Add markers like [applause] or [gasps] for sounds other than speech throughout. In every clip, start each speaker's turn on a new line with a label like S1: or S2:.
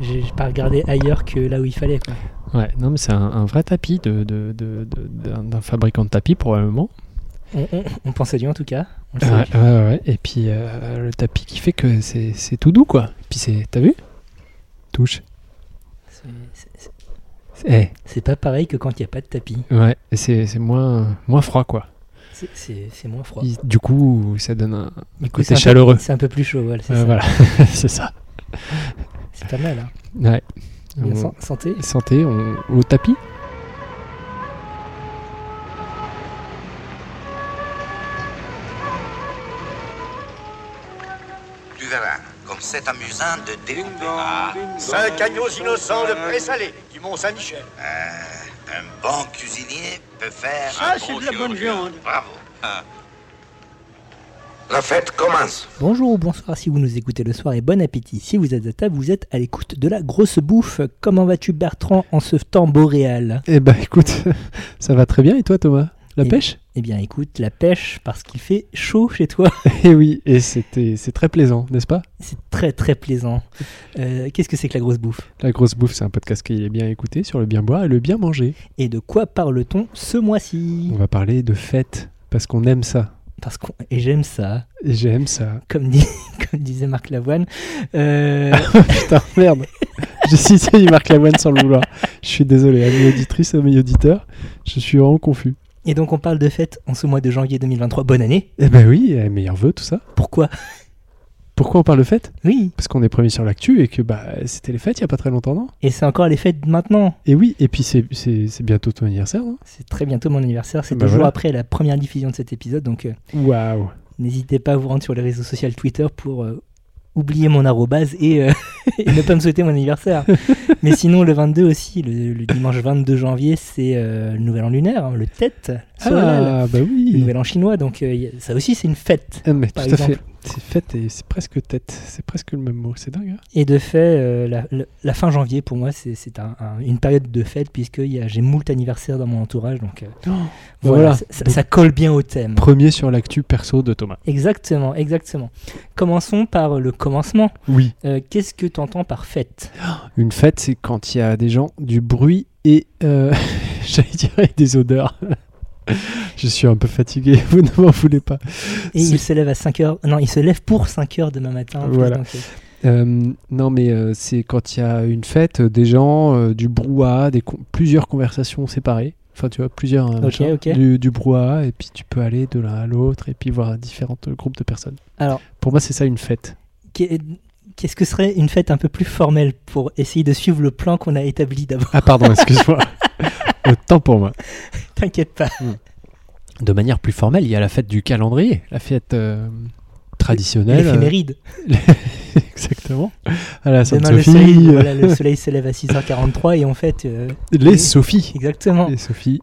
S1: J'ai j'ai pas regardé ailleurs que là où il fallait. quoi.
S2: Ouais, non, mais c'est un, un vrai tapis de, de- de- de- d'un, d'un fabricant de tapis probablement.
S1: On, on- on pense à lui en tout cas. On le
S2: Ouais,
S1: salue.
S2: ouais, ouais. Et puis euh, le tapis qui fait que c'est, c'est tout doux quoi. Et puis c'est, t'as vu Touche.
S1: C'est- c'est- c'est-
S2: C'est- eh,
S1: C'est pas pareil que quand il n'y a pas de tapis.
S2: ouais, et c'est, c'est moins, moins froid quoi.
S1: C'est- C'est c'est moins froid.
S2: Il- du coup, ça donne un, un
S1: coup, c'est
S2: côté
S1: un peu-
S2: chaleureux.
S1: C'est un peu plus chaud, voilà. C'est
S2: Ouais,
S1: ça.
S2: voilà, [laughs] c'est ça.
S1: C'est pas mal. Hein.
S2: Ouais.
S1: Bien
S2: On-
S1: san- santé.
S2: Santé, on- au tapis
S3: Tu verras, comme c'est amusant de découper. Ah,
S4: Cinq agneaux innocents de présalé du Mont-Saint-Michel.
S3: Euh, un bon cuisinier peut faire
S4: Ah,
S3: un
S4: c'est
S3: bon
S4: de la bonne
S3: chirurgien.
S4: viande. Ah.
S3: Bravo. La fête commence.
S1: Bonjour ou bonsoir si vous nous écoutez le soir et bon appétit. Si vous êtes à table, vous êtes à l'écoute de la grosse bouffe. Comment vas-tu Bertrand en ce temps boréal
S2: Eh ben écoute, [laughs] ça va très bien et toi Thomas La
S1: Et-
S2: pêche [laughs]
S1: Eh bien écoute, la pêche parce qu'il fait chaud chez toi. [laughs]
S2: Eh oui, et c'était c'est très plaisant, n'est-ce pas
S1: C'est très très plaisant. Euh, Qu'est-ce que c'est que la grosse bouffe
S2: La grosse bouffe, c'est un podcast qui est bien écouté sur le bien boire et le bien manger.
S1: Et de quoi parle-t-on ce mois-ci
S2: On va parler de fête parce qu'on aime ça.
S1: Parce qu'on et j'aime ça,
S2: Et J'aime ça. [laughs]
S1: comme, dit- [laughs] comme disait Marc Lavoine. Euh,
S2: Putain, merde. J'ai cité Marc Lavoine sans le vouloir. Je suis désolé, amis auditrices, amis auditeurs, je suis vraiment confus.
S1: et donc on parle de fête en ce mois de janvier 2023. Bonne année.
S2: Eh ben oui, euh, meilleurs vœux, tout ça.
S1: Pourquoi
S2: Pourquoi on parle de fête
S1: Oui.
S2: Parce qu'on est premier sur l'actu et que bah c'était les fêtes il y a pas très longtemps, non
S1: Et c'est encore les fêtes maintenant.
S2: Et oui, et puis c'est- c'est c'est bientôt ton anniversaire, non
S1: C'est très bientôt mon anniversaire. C'est
S2: Bah
S1: deux jours
S2: voilà.
S1: après la première diffusion de cet épisode. Donc euh,
S2: Waouh
S1: n'hésitez pas à vous rendre sur les réseaux sociaux Twitter pour euh, oublier mon arrobase et, euh, [laughs] et ne pas me souhaiter mon
S2: [laughs]
S1: anniversaire. Mais sinon, le 22 aussi, le, le dimanche 22 janvier, c'est euh, le nouvel an lunaire, hein, le tête, Solal,
S2: Ah bah
S1: le
S2: oui
S1: nouvel an chinois. Donc euh, y a- ça aussi, c'est une fête.
S2: Ah, mais
S1: par
S2: tout à fait.
S1: exemple.
S2: C'est fête et c'est presque tête. C'est presque le même mot. C'est dingue. hein
S1: Et de fait, euh, la, la- la fin janvier, pour moi, c'est c'est un- un- une période de fête, puisque il y a- j'ai moult anniversaires dans mon entourage. Donc euh, voilà,
S2: Bah Voilà.
S1: ça- ça- ça colle bien au thème.
S2: Premier sur l'actu perso de Thomas.
S1: Exactement, exactement. Commençons par le commencement.
S2: Oui.
S1: Euh, Qu'est-ce que tu entends par fête
S2: Une fête, c'est quand il y a des gens, du bruit et. euh, [laughs] J'allais dire et des odeurs. [laughs] Je suis un peu fatigué, [laughs] vous ne m'en voulez pas.
S1: Et
S2: C'est-
S1: il se lève à 5h. Non, il se lève pour 5h demain matin. en plus,
S2: Voilà.
S1: donc, euh,
S2: Euh, non, mais euh, c'est quand il y a une fête, euh, des gens, euh, du brouhaha, des con- plusieurs conversations séparées. Enfin, tu vois, plusieurs. euh,
S1: Ok,
S2: machins,
S1: ok.
S2: Du, du brouhaha, et puis tu peux aller de l'un à l'autre, et puis voir différents euh, groupes de personnes.
S1: Alors-
S2: Pour moi, c'est ça une fête.
S1: qu'est- Qu'est-ce que serait une fête un peu plus formelle pour essayer de suivre le plan qu'on a établi d'abord
S2: Ah, pardon, [laughs] excuse-moi. Autant pour moi.
S1: T'inquiète pas.
S2: De manière plus formelle, il y a la fête du calendrier, la fête euh, traditionnelle.
S1: L'éphéméride.
S2: euh, [laughs] Exactement. À
S1: Demain,
S2: la
S1: le
S2: Sainte-Sophie,
S1: soleil,
S2: euh,
S1: voilà, le soleil se lève à 6h43 et en fait. euh,
S2: les Sophies.
S1: exactement.
S2: Les Sophies.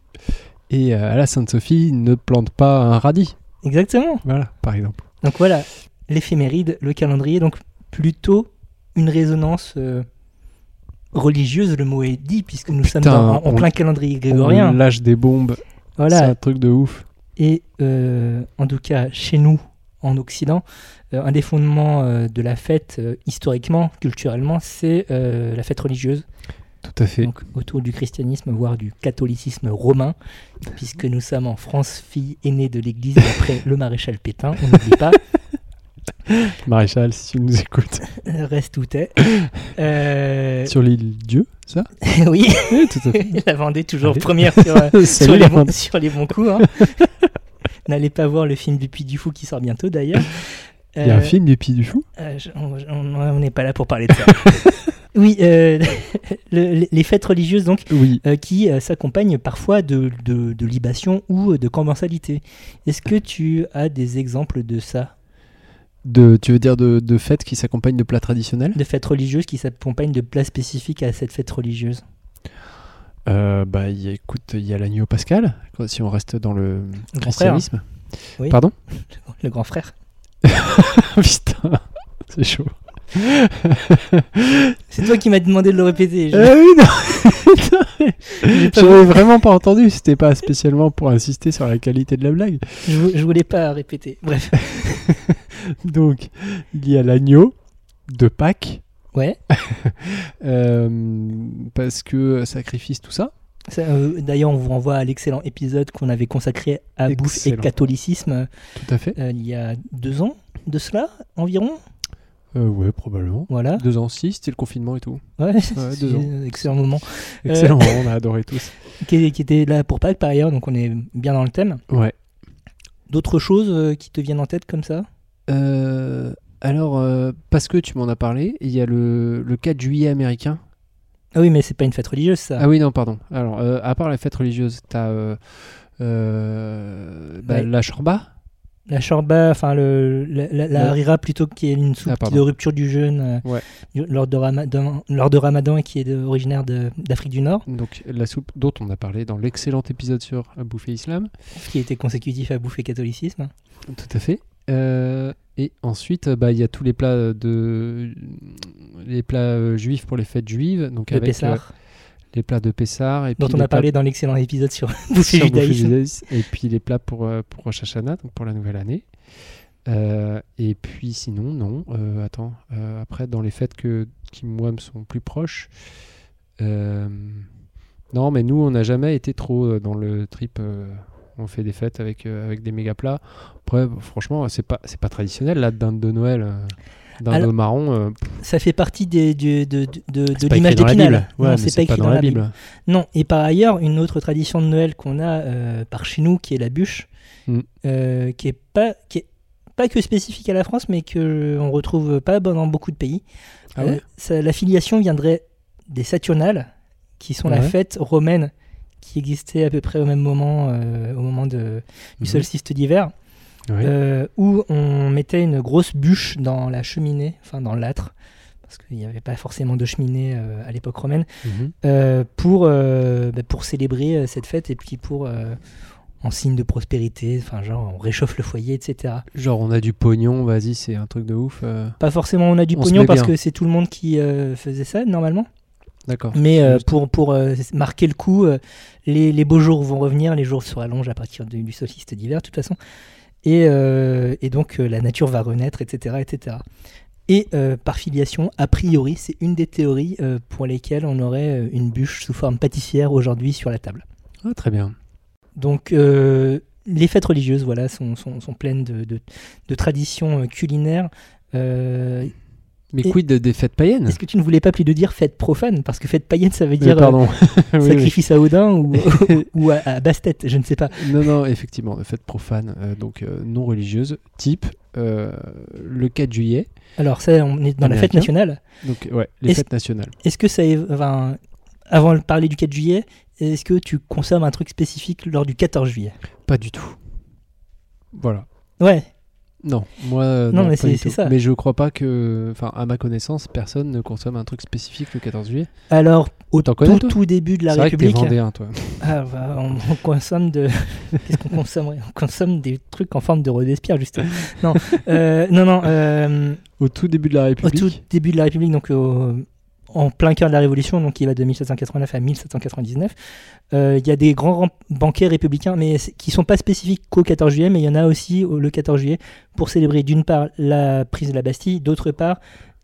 S2: Et euh, à la Sainte-Sophie, ne plante pas un radis.
S1: Exactement.
S2: Voilà, par exemple.
S1: Donc voilà, l'éphéméride, le calendrier, donc plutôt une résonance euh, religieuse, le mot est dit, puisque nous sommes
S2: Putain,
S1: dans- en, en
S2: on-
S1: plein calendrier
S2: On
S1: grégorien.
S2: lâche des bombes. C'est
S1: Voilà.
S2: un truc de ouf.
S1: Et euh, en tout cas, chez nous, en Occident, euh, un des fondements euh, de la fête, euh, historiquement, culturellement, c'est euh, la fête religieuse,
S2: Tout à fait.
S1: donc autour du christianisme, voire du catholicisme romain, puisque nous sommes en France, fille aînée de l'Église, après le maréchal Pétain, on n'oublie pas.
S2: Maréchal, si tu nous écoutes.
S1: Reste où
S2: [coughs]
S1: t'es. Euh,
S2: Sur l'île Dieu, [laughs] ça
S1: [laughs] oui,
S2: Oui, tout à fait.
S1: [laughs] la Vendée toujours
S2: Allez.
S1: première sur, euh,
S2: [laughs] Salut,
S1: sur, les,
S2: la
S1: bons,
S2: Vendée.
S1: sur les bons
S2: [laughs]
S1: coups. hein. N'allez pas voir le film du Puy du Fou qui sort bientôt d'ailleurs.
S2: Il y a un
S1: Euh,
S2: film des Pieds du Fou
S1: euh, je- on- on on n'est pas là pour parler de
S2: [laughs]
S1: ça. oui, euh, [laughs] le- les fêtes religieuses donc
S2: Oui.
S1: euh, qui euh, s'accompagnent parfois de, de, de libations ou euh, de commensalités. Est-ce que tu as des exemples de ça,
S2: De, tu veux dire de, de fêtes qui s'accompagnent de plats traditionnels
S1: de fêtes religieuses qui s'accompagnent de plats spécifiques à cette fête religieuse
S2: Euh, bah, il y a- écoute, il y a l'agneau pascal, quand- si on reste dans le
S1: Grand
S2: christianisme.
S1: Oui.
S2: Pardon
S1: Le grand frère
S2: [laughs] Putain, c'est chaud.
S1: C'est toi qui m'as demandé de le répéter. je-
S2: Euh, oui, [laughs] non J'avais vraiment pas entendu, c'était pas spécialement pour insister sur la qualité de la blague.
S1: Je, vou- je voulais pas répéter. Bref.
S2: Donc, il y a l'agneau de Pâques
S1: Ouais.
S2: euh, parce que sacrifice, tout ça.
S1: Ça, euh, D'ailleurs, on vous renvoie à l'excellent épisode qu'on avait consacré à bouffe et
S2: Excellent.
S1: catholicisme
S2: Tout à fait.
S1: euh, il y a deux ans de cela environ.
S2: Euh, ouais, probablement.
S1: Voilà.
S2: Deux ans, six, c'était le confinement et tout.
S1: Ouais,
S2: deux
S1: [laughs] c'est
S2: ans.
S1: un excellent moment.
S2: Excellent, on a adoré [laughs] tous.
S1: Qui, qui était là pour Pâques par ailleurs, donc on est bien dans le thème.
S2: Ouais.
S1: D'autres choses euh, qui te viennent en tête comme ça
S2: Euh, alors, euh, parce que tu m'en as parlé, il y a le, le 4 juillet américain.
S1: Ah oui, mais c'est pas une fête religieuse ça.
S2: Ah oui, non, pardon. Alors, euh, à part les fêtes religieuses, t'as euh, euh, bah,
S1: Ouais.
S2: la chorba.
S1: La shorba, enfin le, la, la- la
S2: Le-
S1: harira plutôt qui est une soupe
S2: Ah, pardon.
S1: de rupture du jeûne euh,
S2: Ouais.
S1: du- lors, de Ramadan, lors de Ramadan et qui est de- originaire de- d'Afrique du Nord,
S2: Donc, la soupe dont on a parlé dans l'excellent épisode sur à bouffer islam.
S1: qui était consécutif à bouffer catholicisme. hein,
S2: Tout à fait. Euh, et ensuite, euh, bah, il y a tous les plats de les plats euh, juifs pour les fêtes juives, donc
S1: Le
S2: avec
S1: Pessar,
S2: euh, les plats de Pessar et
S1: dont
S2: puis
S1: on
S2: les
S1: a
S2: plats-
S1: parlé dans l'excellent épisode
S2: [laughs]
S1: sur bouffer
S2: sur Bouffer
S1: judaïsme.
S2: judaïsme, et puis les plats pour euh, pour Rosh Hashanah, donc pour la nouvelle année. Euh, et puis sinon, non. euh, attends, euh, après dans les fêtes que qui moi me sont plus proches. euh, non, mais nous, on n'a jamais été trop euh, dans le trip. euh, on fait des fêtes avec, euh, avec des méga plats. Après, bon, franchement, c'est pas, c'est pas traditionnel, la dinde de Noël. euh, dinde
S1: Alors-
S2: au marron, euh, pff,
S1: Ça fait partie des, du- de, de- de- de
S2: c'est pas
S1: l'image
S2: écrit dans la
S1: d'Épinal.
S2: Bible. Ouais,
S1: Non,
S2: mais c'est pas dans la Bible.
S1: Non, et par ailleurs, une autre tradition de Noël qu'on a euh, par chez nous, qui est la bûche,
S2: Mm.
S1: euh, qui est pas qui est pas que spécifique à la France, mais que euh, on retrouve pas dans beaucoup de pays.
S2: Ah
S1: Euh,
S2: ouais
S1: ça- La filiation viendrait des Saturnales, qui sont la
S2: Ouais.
S1: fête romaine qui existait à peu près au même moment, euh, au moment de, du
S2: Mhm.
S1: solstice d'hiver,
S2: Ouais.
S1: euh, où on mettait une grosse bûche dans la cheminée, enfin dans l'âtre, parce qu'il n'y avait pas forcément de cheminée euh, à l'époque romaine
S2: Mhm.
S1: euh, pour, euh, bah, pour célébrer euh, cette fête et puis pour euh, en signe de prospérité, enfin genre on réchauffe le foyer, etc.
S2: Genre, on a du pognon, vas-y, c'est un truc de ouf. euh,
S1: Pas forcément on a du
S2: On se
S1: pognon
S2: met
S1: parce
S2: bien.
S1: que c'est tout le monde qui euh, faisait ça normalement,
S2: D'accord.
S1: mais euh,
S2: Juste.
S1: pour, pour euh, marquer le coup, euh, les, les beaux jours vont revenir, les jours se rallongent à partir de- du solstice d'hiver de toute façon, et, euh, et donc euh, la nature va renaître, etc. etc. Et euh, par filiation, a priori, c'est une des théories euh, pour lesquelles on aurait euh, une bûche sous forme pâtissière aujourd'hui sur la table.
S2: Ah, très bien.
S1: Donc, euh, les fêtes religieuses, voilà, sont, sont, sont pleines de, de, de traditions euh, culinaires. Euh,
S2: Mais
S1: Et-
S2: quid de- des fêtes païennes
S1: Est-ce que tu ne voulais pas plus de dire fête profane Parce que fête païenne, ça veut
S2: Mmh. Euh,
S1: dire euh, [laughs]
S2: Pardon. [laughs] Oui, oui.
S1: sacrifice à Odin
S2: [laughs]
S1: ou, ou à, à Bastet, je ne sais pas.
S2: Non, non, effectivement, des fêtes profanes, euh, donc euh, non religieuses, type euh, le 4 juillet.
S1: Alors, ça, on est dans la fête
S2: Américain.
S1: nationale.
S2: Donc, ouais, les
S1: Est-ce-
S2: fêtes nationales.
S1: Est-ce que ça. éve- Enfin, avant de parler du 4 juillet, est-ce que tu consommes un truc spécifique lors du 14 juillet
S2: Pas du tout. Voilà.
S1: Ouais,
S2: Non, moi, euh,
S1: Non, mais
S2: pas
S1: c'est-
S2: du
S1: c'est
S2: tout.
S1: ça.
S2: Mais je crois pas que, enfin, à ma connaissance, personne ne consomme un truc spécifique le 14 juillet.
S1: alors. Au
S2: T'en
S1: tout,
S2: connais, toi
S1: tout début de la
S2: C'est vrai que t'es
S1: République,
S2: vendéen, toi.
S1: ah, bah, on, on consomme de. [laughs] Qu'est-ce qu'on consommerait On consomme des trucs en forme de Robespierre, justement. Non, euh, non, non. euh,
S2: Au tout début de la
S1: au tout
S2: République.
S1: début de la République, donc au- en plein cœur de la Révolution, donc qui va de 1789 à 1799, euh, il y a des grands ram- banquets républicains, mais c'est- qui sont pas spécifiques qu'au 14 juillet, mais il y en a aussi au- le 14 juillet pour célébrer d'une part la prise de la Bastille, d'autre part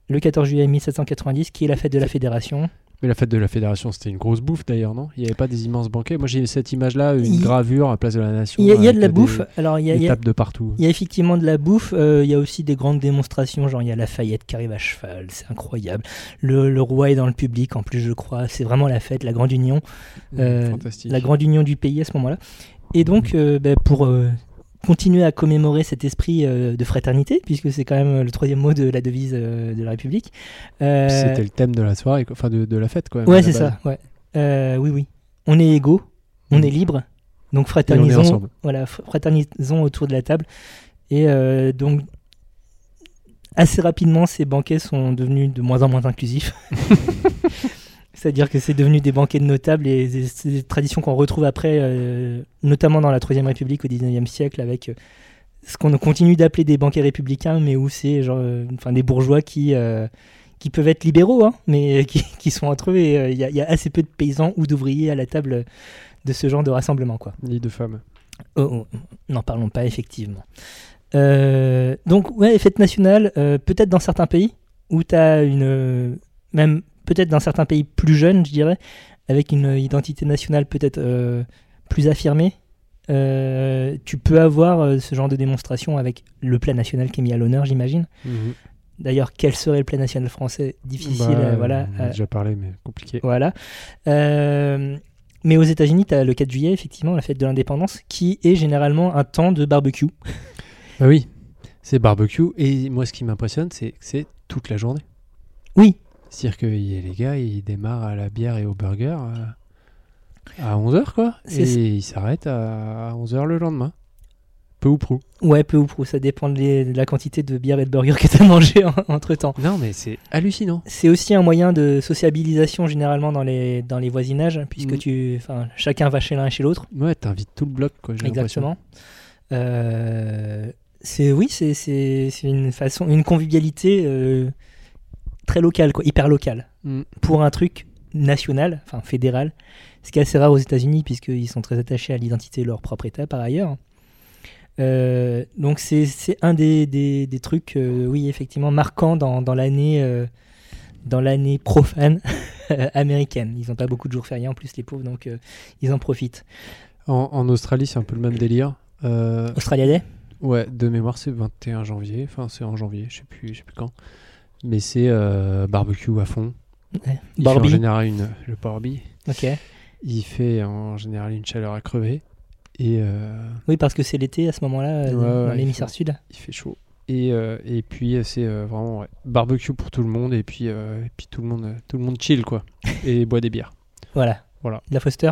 S1: le 14 juillet 1790, qui est la fête de la Fédération.
S2: Mais la fête de la Fédération, c'était une grosse bouffe d'ailleurs, non Il n'y avait pas des immenses banquets. Moi, j'ai cette image-là, une
S1: Il-
S2: gravure à Place de la Nation.
S1: Il y a, il y a de la
S2: avec, euh,
S1: bouffe, alors il y
S2: Des,
S1: a- il
S2: des
S1: y a
S2: tables de partout.
S1: Il y a effectivement de la bouffe, euh, il y a aussi des grandes démonstrations, genre il y a Lafayette qui arrive à cheval, c'est incroyable. Le, le roi est dans le public en plus, je crois, c'est vraiment la fête, la grande union, euh,
S2: Fantastique.
S1: la grande union du pays à ce moment-là. Et donc,
S2: Mhm.
S1: euh, bah, pour euh, continuer à commémorer cet esprit euh, de fraternité, puisque c'est quand même le troisième mot de la devise euh, de la République. euh,
S2: Puis C'était le thème de la soirée, quoi. enfin de, de la fête, quoi.
S1: ouais, c'est ça, ouais. Euh, oui, oui. On est égaux, on
S2: Mhm.
S1: est libre, donc
S2: Et on est
S1: fraternisons,
S2: ensemble.
S1: voilà, fr- fraternisons autour de la table. Et euh, donc, assez rapidement, ces banquets sont devenus de moins en moins inclusifs. C'est-à-dire que c'est devenu des banquets de notables et des, c'est des traditions qu'on retrouve après, euh, notamment dans la Troisième République au XIXe siècle, avec euh, ce qu'on continue d'appeler des banquets républicains, mais où c'est genre, euh, enfin, des bourgeois qui, euh, qui peuvent être libéraux, hein, mais [laughs] qui, qui sont entre eux. Et euh, il y, a- il y a assez peu de paysans ou d'ouvriers à la table de ce genre de rassemblement. Quoi.
S2: Ni de femmes.
S1: Oh, oh, n'en parlons pas, effectivement. Euh, donc, ouais, fête nationale, euh, peut-être dans certains pays. où tu as une. euh, Même peut-être dans certains pays plus jeunes, je dirais, avec une identité nationale peut-être euh, plus affirmée, euh, tu peux avoir euh, ce genre de démonstration avec le plat national qui est mis à l'honneur, j'imagine.
S2: Mhm.
S1: D'ailleurs, quel serait le plat national français Difficile,
S2: Bah,
S1: euh, voilà.
S2: On en a
S1: à-
S2: déjà parlé, mais compliqué.
S1: voilà. Euh, mais aux États-Unis, tu as le 4 juillet, effectivement, la fête de l'indépendance, qui est généralement un temps de barbecue.
S2: Bah oui, c'est barbecue. Et moi, ce qui m'impressionne, c'est que c'est toute la journée.
S1: Oui.
S2: C'est-à-dire que y- les gars, ils démarrent à la bière et au burger euh, à 11h, quoi.
S1: C'est
S2: Et
S1: ça.
S2: ils s'arrêtent à 11h le lendemain. Peu ou prou.
S1: Ouais, peu ou prou, ça dépend des- de la quantité de bière et de burger [laughs] que tu as mangé entre temps.
S2: Non, mais c'est hallucinant.
S1: C'est aussi un moyen de sociabilisation généralement dans les, dans les voisinages, puisque
S2: Mm.
S1: tu, enfin, chacun va chez l'un et chez l'autre.
S2: Ouais, t'invites tout le bloc, quoi. j'ai l'impression.
S1: Exactement. Euh, c'est oui, c'est c'est- c'est une façon, une convivialité euh, très locale, quoi, hyper locale,
S2: Mm.
S1: pour un truc national, enfin fédéral, ce qui est assez rare aux États-Unis puisqu'ils sont très attachés à l'identité de leur propre État par ailleurs. Euh, donc c'est c'est un des, des- des trucs, euh, oui, effectivement, marquants dans, dans l'année. euh, dans l'année profane [laughs] américaine. Ils n'ont pas beaucoup de jours fériés en plus, les pauvres, donc euh, ils en profitent.
S2: En, en Australie, c'est un peu le même délire. Euh,
S1: Australia Day
S2: Ouais, de mémoire, c'est 21 janvier. Enfin, c'est en janvier, je sais plus, je sais plus quand. Mais c'est euh, barbecue à fond.
S1: Ouais.
S2: Il fait en
S1: Barbie.
S2: général une, le Barbie.
S1: Ok.
S2: Il fait en général une chaleur à crever. Et euh,
S1: Oui, parce que c'est l'été à ce moment-là, euh,
S2: Ouais, ouais,
S1: dans
S2: il
S1: l'hémisphère
S2: faut-
S1: sud.
S2: il fait chaud. Et, euh, et puis, euh, c'est euh, vraiment ouais, barbecue pour tout le monde. Et puis, euh, et puis tout, le monde, euh, tout le monde chill, quoi. Et boit des bières.
S1: Voilà.
S2: Voilà.
S1: De la Foster.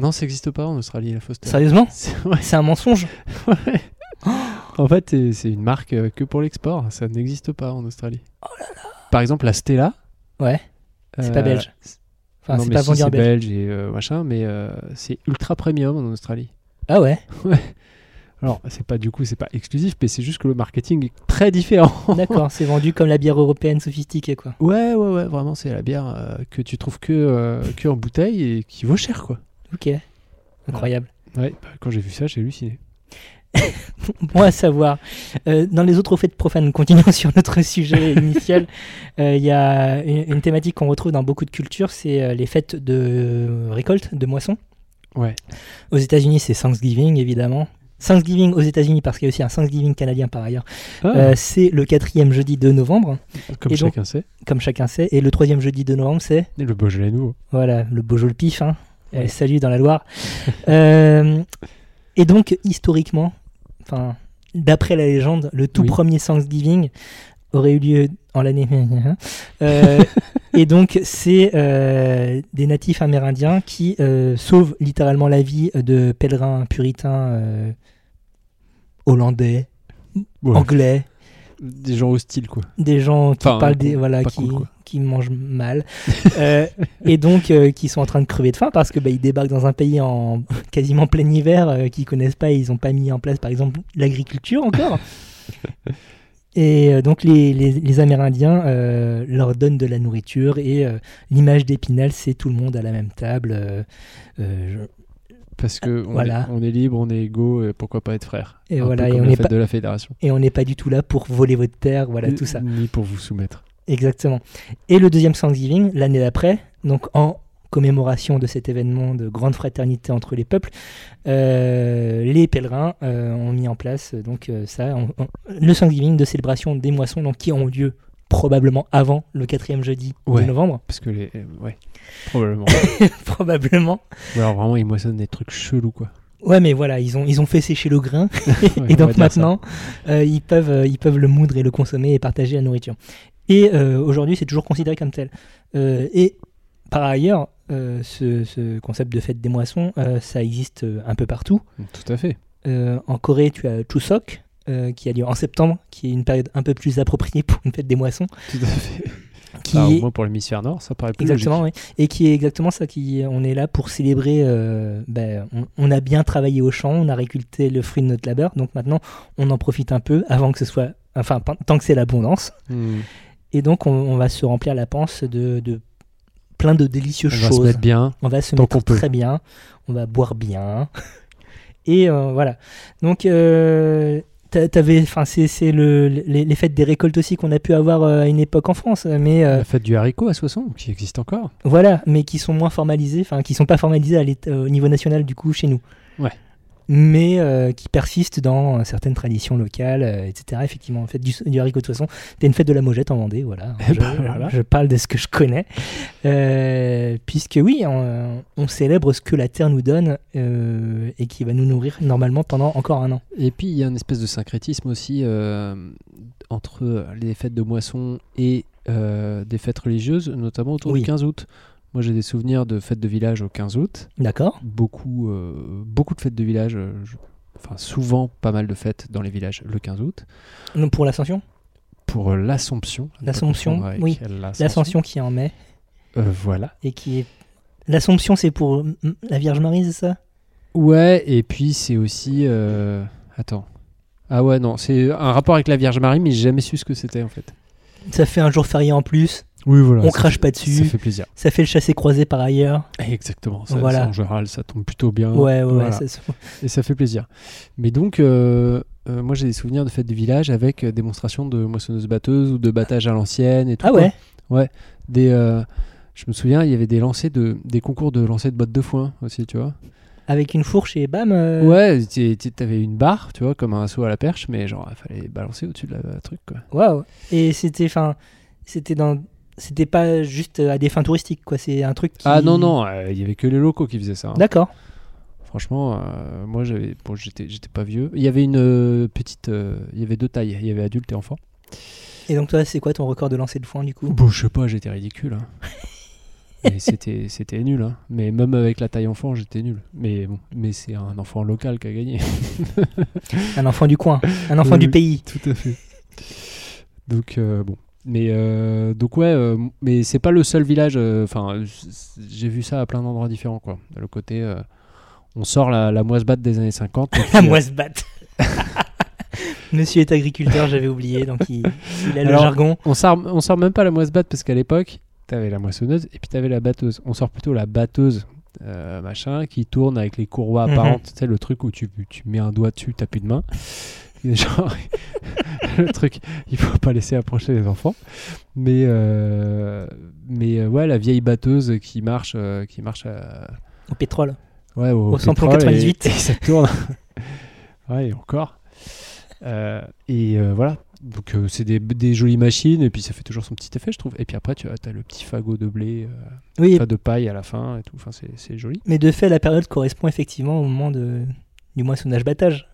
S2: Non, ça n'existe pas en Australie, la Foster.
S1: Sérieusement
S2: [laughs] C'est- ouais,
S1: C'est un mensonge
S2: [laughs] ouais. En fait, c'est- c'est une marque euh, que pour l'export. Ça n'existe pas en Australie. Par exemple, la Stella. Euh,
S1: Ouais. C'est pas belge. Enfin,
S2: non,
S1: c'est
S2: mais
S1: pas
S2: si,
S1: vendu en
S2: c'est
S1: Belgique.
S2: belge et euh, machin, mais euh, c'est ultra premium en Australie.
S1: Ah
S2: [laughs]
S1: ouais
S2: Alors, c'est pas du coup, c'est pas exclusif, mais c'est juste que le marketing est très différent.
S1: D'accord, c'est vendu comme la bière européenne sophistiquée, quoi.
S2: [laughs] ouais, ouais, ouais, vraiment, c'est la bière euh, que tu trouves que, euh, que en bouteille et qui vaut cher, quoi.
S1: Ok. Incroyable.
S2: Ouais, bah, quand j'ai vu ça, j'ai halluciné.
S1: Bon à savoir. Euh, dans les autres fêtes profanes, continuons [laughs] sur notre sujet initial. Euh, Il y a une, une thématique qu'on retrouve dans beaucoup de cultures, c'est euh, les fêtes de récolte, de moisson.
S2: Ouais.
S1: Aux États-Unis, c'est Thanksgiving, évidemment. Thanksgiving aux États-Unis, parce qu'il y a aussi un Thanksgiving canadien par ailleurs. Euh, c'est le quatrième jeudi de novembre,
S2: Ah, Comme
S1: et donc-
S2: chacun sait.
S1: comme chacun sait. Et le troisième jeudi de novembre, c'est,
S2: Et le Beaujolais nouveau.
S1: voilà, le Beaujolais pif. Hein.
S2: Ouais.
S1: Euh, salut dans la Loire.
S2: [laughs]
S1: Euh, et donc, historiquement, enfin, d'après la légende, le tout
S2: Oui.
S1: premier Thanksgiving aurait eu lieu en l'année. [laughs]
S2: [laughs]
S1: Euh, et donc, c'est euh, des natifs amérindiens qui euh, sauvent littéralement la vie de pèlerins puritains euh, hollandais,
S2: Ouais.
S1: anglais,
S2: Des gens hostiles, quoi.
S1: des gens qui
S2: Enfin,
S1: parlent
S2: cool,
S1: des voilà
S2: pas
S1: qui
S2: cool, quoi.
S1: qui mangent mal [laughs] Euh, et donc euh, qui sont en train de crever de faim parce que bah, ils débarquent dans un pays en [laughs] quasiment plein hiver euh, qu'ils connaissent pas et ils ont pas mis en place par exemple l'agriculture
S2: [laughs]
S1: encore et euh, donc les, les, les Amérindiens euh, leur donnent de la nourriture et euh, l'image d'Épinal c'est tout le monde à la même table euh, euh,
S2: Parce que on,
S1: Voilà.
S2: est, on est libre, on est égaux, et pourquoi pas être frères
S1: Et
S2: Un peu
S1: voilà, et
S2: comme
S1: on
S2: la
S1: est
S2: fête
S1: pas-
S2: de la fédération.
S1: et on n'est pas du tout là pour voler votre terre voilà tout ça
S2: Ni pour vous soumettre.
S1: Exactement. Et le deuxième Thanksgiving, l'année d'après, donc en commémoration de cet événement de grande fraternité entre les peuples, euh, les pèlerins euh, ont mis en place euh, donc euh, ça, on- on- le Thanksgiving de célébration des moissons, donc qui ont lieu probablement avant le quatrième jeudi
S2: Ouais.
S1: de novembre, [laughs]
S2: Parce que les. euh, Ouais, probablement.
S1: probablement.
S2: Ou alors vraiment, ils moissonnent des trucs chelous, quoi.
S1: Ouais, mais voilà, ils ont ils ont fait sécher le grain
S2: Ouais,
S1: et
S2: on va
S1: donc
S2: dire ça.
S1: maintenant, euh, ils, peuvent, euh, ils peuvent le moudre et le consommer et partager la nourriture. Et euh, aujourd'hui, c'est toujours considéré comme tel. Euh, et par ailleurs, euh, ce, ce concept de fête des moissons, euh, ça existe euh, un peu partout.
S2: Tout à fait.
S1: Euh, en Corée, tu as Chuseok, euh, qui a lieu en septembre, qui est une période un peu plus appropriée pour une fête des moissons.
S2: Tout à fait.
S1: Qui
S2: Bah, au
S1: est-
S2: moins pour l'hémisphère nord, ça paraît plus
S1: Exactement,
S2: logique.
S1: oui. Et qui est exactement ça, qui on est là pour célébrer. euh, ben, on, on a bien travaillé au champ, on a récolté le fruit de notre labeur, donc maintenant on en profite un peu avant que ce soit, enfin pen- tant que c'est l'abondance.
S2: Hmm.
S1: Et donc on, on va se remplir la panse de, de plein de délicieuses
S2: On va se
S1: choses.
S2: mettre bien.
S1: on va se
S2: tant
S1: mettre
S2: qu'on peut.
S1: très [laughs] bien, on va boire bien. Et euh, voilà. Donc euh, T'a- T'avais, enfin, c'est, c'est le, les, les fêtes des récoltes aussi qu'on a pu avoir euh, à une époque en France, mais euh,
S2: La fête du haricot à Soissons, qui existe encore.
S1: voilà, mais qui sont moins formalisées, enfin, qui sont pas formalisées à l'éta- au niveau national du coup chez nous.
S2: Ouais.
S1: Mais euh, qui persistent dans euh, certaines traditions locales, euh, etc. Effectivement, en fait, du, du haricot de façon, t'as une fête de la Maugette en Vendée, voilà.
S2: Eh
S1: Je,
S2: ben, voilà.
S1: je parle de ce que je connais, Euh, puisque oui, on, on célèbre ce que la terre nous donne euh, et qui va nous nourrir normalement pendant encore un an.
S2: Et puis il y a une espèce de syncrétisme aussi euh, entre les fêtes de moisson et euh, des fêtes religieuses, notamment autour
S1: Oui.
S2: du 15 août. Moi j'ai des souvenirs de fêtes de village au 15 août,
S1: D'accord.
S2: beaucoup, euh, beaucoup de fêtes de village, euh, je- enfin souvent pas mal de fêtes dans les villages le 15 août,
S1: Donc, Pour l'ascension,
S2: pour euh, l'Assomption. à ne pas
S1: L'Assomption,
S2: confondre avec
S1: oui. l'ascension qui est en mai.
S2: Euh, voilà.
S1: et qui est l'Assomption, c'est pour mm, la Vierge Marie, c'est ça
S2: Ouais, et puis c'est aussi. euh, Attends. Ah ouais, non, c'est un rapport avec la Vierge Marie, mais j'ai jamais su ce que c'était en fait.
S1: Ça fait un jour férié en plus,
S2: Oui, voilà.
S1: on crache pas
S2: Ça
S1: dessus,
S2: fait plaisir.
S1: ça fait le chassé croisé par ailleurs.
S2: Exactement. Ça,
S1: Voilà.
S2: ça, en général, ça tombe plutôt bien.
S1: ouais, ouais, ouais,
S2: Voilà.
S1: ça se-
S2: Et ça fait plaisir. Mais donc, euh, euh, moi j'ai des souvenirs de fêtes du village avec euh, démonstrations de moissonneuses-batteuses ou de battage à l'ancienne et tout.
S1: Ah
S2: quoi.
S1: ouais
S2: Des, euh, Je me souviens, il y avait des lancers de, des concours de lancers de bottes de foin aussi, tu vois.
S1: Avec une fourche et bam euh,
S2: Ouais, t'es- t'es- t'avais une barre, tu vois, comme un saut à la perche, mais genre, il fallait balancer au-dessus de la la truc, quoi.
S1: Waouh Et c'était, enfin, c'était dans. C'était pas juste euh, à des fins touristiques, quoi. C'est un truc qui.
S2: Ah non, non, euh, il y avait que les locaux qui faisaient ça. hein.
S1: D'accord.
S2: Franchement, euh, moi, j'avais, bon, j'étais, j'étais pas vieux. Il y avait une euh, petite. euh, il y avait deux tailles, il y avait adulte et enfant.
S1: Et donc, toi, c'est quoi ton record de lancer de foin, du coup
S2: Bon, je sais pas, j'étais
S1: [laughs]
S2: ridicule. hein. Mais c'était, c'était nul. hein. Mais même avec la taille enfant, j'étais nul. Mais bon, mais c'est un enfant local qui a gagné.
S1: Un enfant du coin, un enfant
S2: Oui,
S1: du
S2: oui. [laughs]
S1: pays.
S2: Tout à fait. Donc, euh, bon. Mais euh, donc ouais, euh, mais c'est pas le seul village. euh, Enfin, euh, c- c- j'ai vu ça à plein d'endroits différents, quoi. Le côté, euh, on sort la, la moisse batte des années 50. et
S1: La
S2: puis, euh,
S1: moisse batte [laughs] Monsieur est agriculteur, j'avais oublié, donc il, il a le
S2: Alors,
S1: jargon.
S2: on sort, on sort même pas la moisse batte parce qu'à l'époque, t'avais la moissonneuse et puis t'avais la batteuse. On sort plutôt la batteuse, euh, machin, qui tourne avec les courroies
S1: Mhm.
S2: apparentes. Tu sais, le truc où tu, tu mets un doigt dessus, t'as plus de main. [laughs] Et Genre, [laughs] le truc, il faut pas laisser approcher les enfants. Mais, euh, mais euh, ouais, la vieille batteuse qui marche, euh, qui marche à-
S1: Au pétrole.
S2: ouais, au,
S1: Au samplon
S2: pétrole et-
S1: 98.
S2: Et, ça tourne. [laughs] ouais, et encore. Euh, et euh, voilà. Donc, euh, c'est des, des jolies machines, et puis ça fait toujours son petit effet, je trouve. Et puis après, tu as, t'as le petit fagot de blé, euh,
S1: Oui,
S2: enfin, de paille à la fin, et tout. Enfin, c'est, c'est joli.
S1: Mais de fait, la période correspond effectivement au moment de, du moissonnage-battage.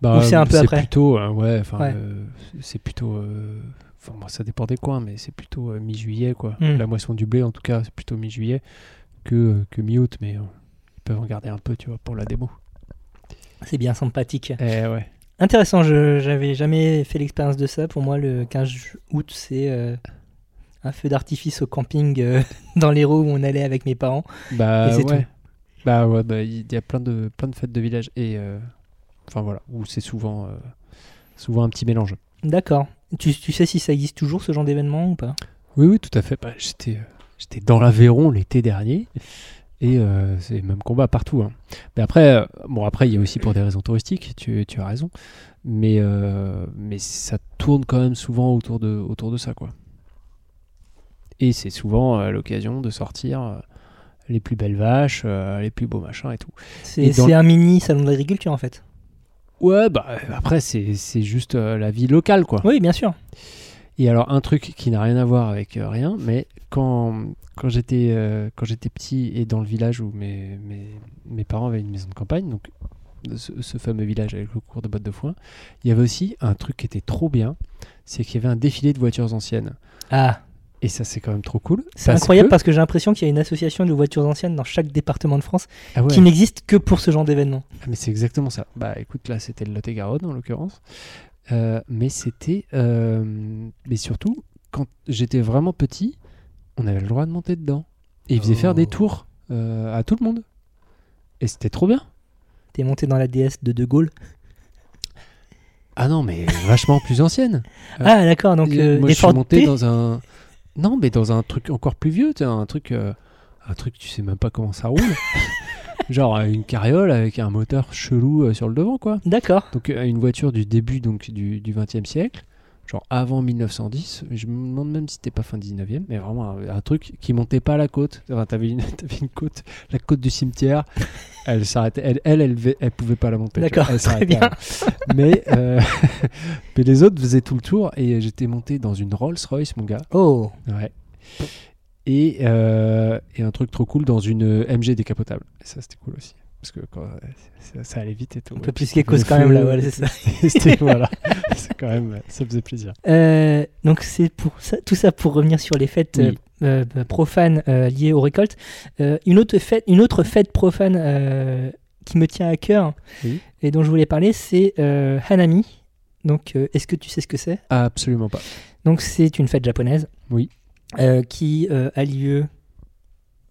S2: Bah,
S1: Ou c'est un peu après
S2: plutôt, euh, ouais, enfin,
S1: Ouais.
S2: euh, c'est plutôt. euh, Enfin, bon, ça dépend des coins, mais c'est plutôt euh, mi-juillet, quoi.
S1: Mm.
S2: La moisson du blé, en tout cas, c'est plutôt mi-juillet que, que mi-août, mais euh, ils peuvent en garder un peu, tu vois, pour la démo.
S1: C'est bien sympathique.
S2: Eh ouais.
S1: Intéressant, je j'avais jamais fait l'expérience de ça. Pour moi, le 15 août, c'est euh, un feu d'artifice au camping euh, [laughs] dans l'Hérault où on allait avec mes parents.
S2: Bah
S1: Et c'est
S2: ouais.
S1: tout.
S2: Bah ouais, bah, il y a plein de plein de fêtes de village et euh, enfin voilà, où c'est souvent euh, souvent un petit mélange.
S1: D'accord. Tu, tu sais si ça existe toujours ce genre d'événement ou pas
S2: Oui oui, tout à fait. Bah, j'étais euh, j'étais dans l'Aveyron l'été dernier et euh, c'est le même combat partout hein. Mais après euh, bon après il y a aussi pour des raisons touristiques, tu, tu as raison, mais euh, mais ça tourne quand même souvent autour de autour de ça quoi. Et c'est souvent euh, l'occasion de sortir euh, les plus belles vaches, euh, les plus beaux machins et tout.
S1: C'est
S2: Et dans
S1: c'est un mini salon de l'agriculture en fait.
S2: Ouais, bah euh, après, c'est c'est juste euh, la vie locale, quoi.
S1: Oui, bien sûr.
S2: Et alors, un truc qui n'a rien à voir avec euh, rien, mais quand, quand j'étais euh, quand j'étais petit et dans le village où mes, mes, mes parents avaient une maison de campagne, donc ce, ce fameux village avec le cours de bottes de foin, il y avait aussi un truc qui était trop bien, c'est qu'il y avait un défilé de voitures anciennes.
S1: Ah,
S2: Et ça, c'est quand même trop cool.
S1: c'est
S2: parce
S1: incroyable
S2: que-
S1: parce que j'ai l'impression qu'il y a une association de voitures anciennes dans chaque département de France
S2: Ah ouais.
S1: qui n'existe que pour ce genre d'événement.
S2: Ah, mais c'est exactement ça. Bah écoute, là c'était le Lot-et-Garonne en l'occurrence. Euh, mais c'était. euh, mais surtout, quand j'étais vraiment petit, on avait le droit de monter dedans. Et ils faisaient faire des
S1: Oh.
S2: tours euh, à tout le monde. Et c'était trop bien.
S1: T'es monté dans la DS de De Gaulle.
S2: Ah non, mais vachement plus ancienne.
S1: Ah d'accord, [laughs] donc
S2: Et,
S1: euh,
S2: moi
S1: des
S2: je suis
S1: Ford
S2: monté
S1: T.
S2: dans un. Non, [laughs] mais dans un truc encore plus vieux, tu sais, un truc. euh, un truc, tu sais même pas comment ça roule. Genre euh, une carriole avec un moteur chelou euh, sur le devant, quoi.
S1: D'accord.
S2: Donc euh, une voiture du début donc du, du 20e siècle, genre avant 1910, je me demande même si c'était pas fin 19e, mais vraiment un, un truc qui montait pas à la côte. Enfin, t'avais une, [laughs] t'avais une côte, la côte du cimetière, elle s'arrêtait, elle, elle, elle, ve- elle pouvait pas la monter. tu vois,
S1: D'accord,
S2: elle
S1: très
S2: s'arrêtait
S1: bien.
S2: avant. Mais, euh, [laughs] mais les autres faisaient tout le tour et j'étais monté dans une Rolls-Royce, mon gars.
S1: Oh,
S2: Ouais. Et, euh, et un truc trop cool dans une MG décapotable. Et ça, c'était cool aussi. Parce que quand, euh, ça, ça allait vite et tout.
S1: un
S2: Et
S1: peu
S2: puis,
S1: plus qu'écos
S2: le
S1: quand même
S2: feu,
S1: là, ouais, c'est ça.
S2: [laughs] c'était voilà c'est quand même ça faisait plaisir
S1: Euh, donc c'est pour ça, tout ça pour revenir sur les fêtes
S2: Oui.
S1: euh, euh, profanes euh, liées aux récoltes. Euh, une autre fête, une autre fête profane euh, qui me tient à cœur
S2: Oui.
S1: et dont je voulais parler, c'est euh, Hanami. Donc euh, est-ce que tu sais ce que c'est
S2: absolument pas
S1: Donc c'est une fête japonaise.
S2: Oui.
S1: euh, qui euh, a lieu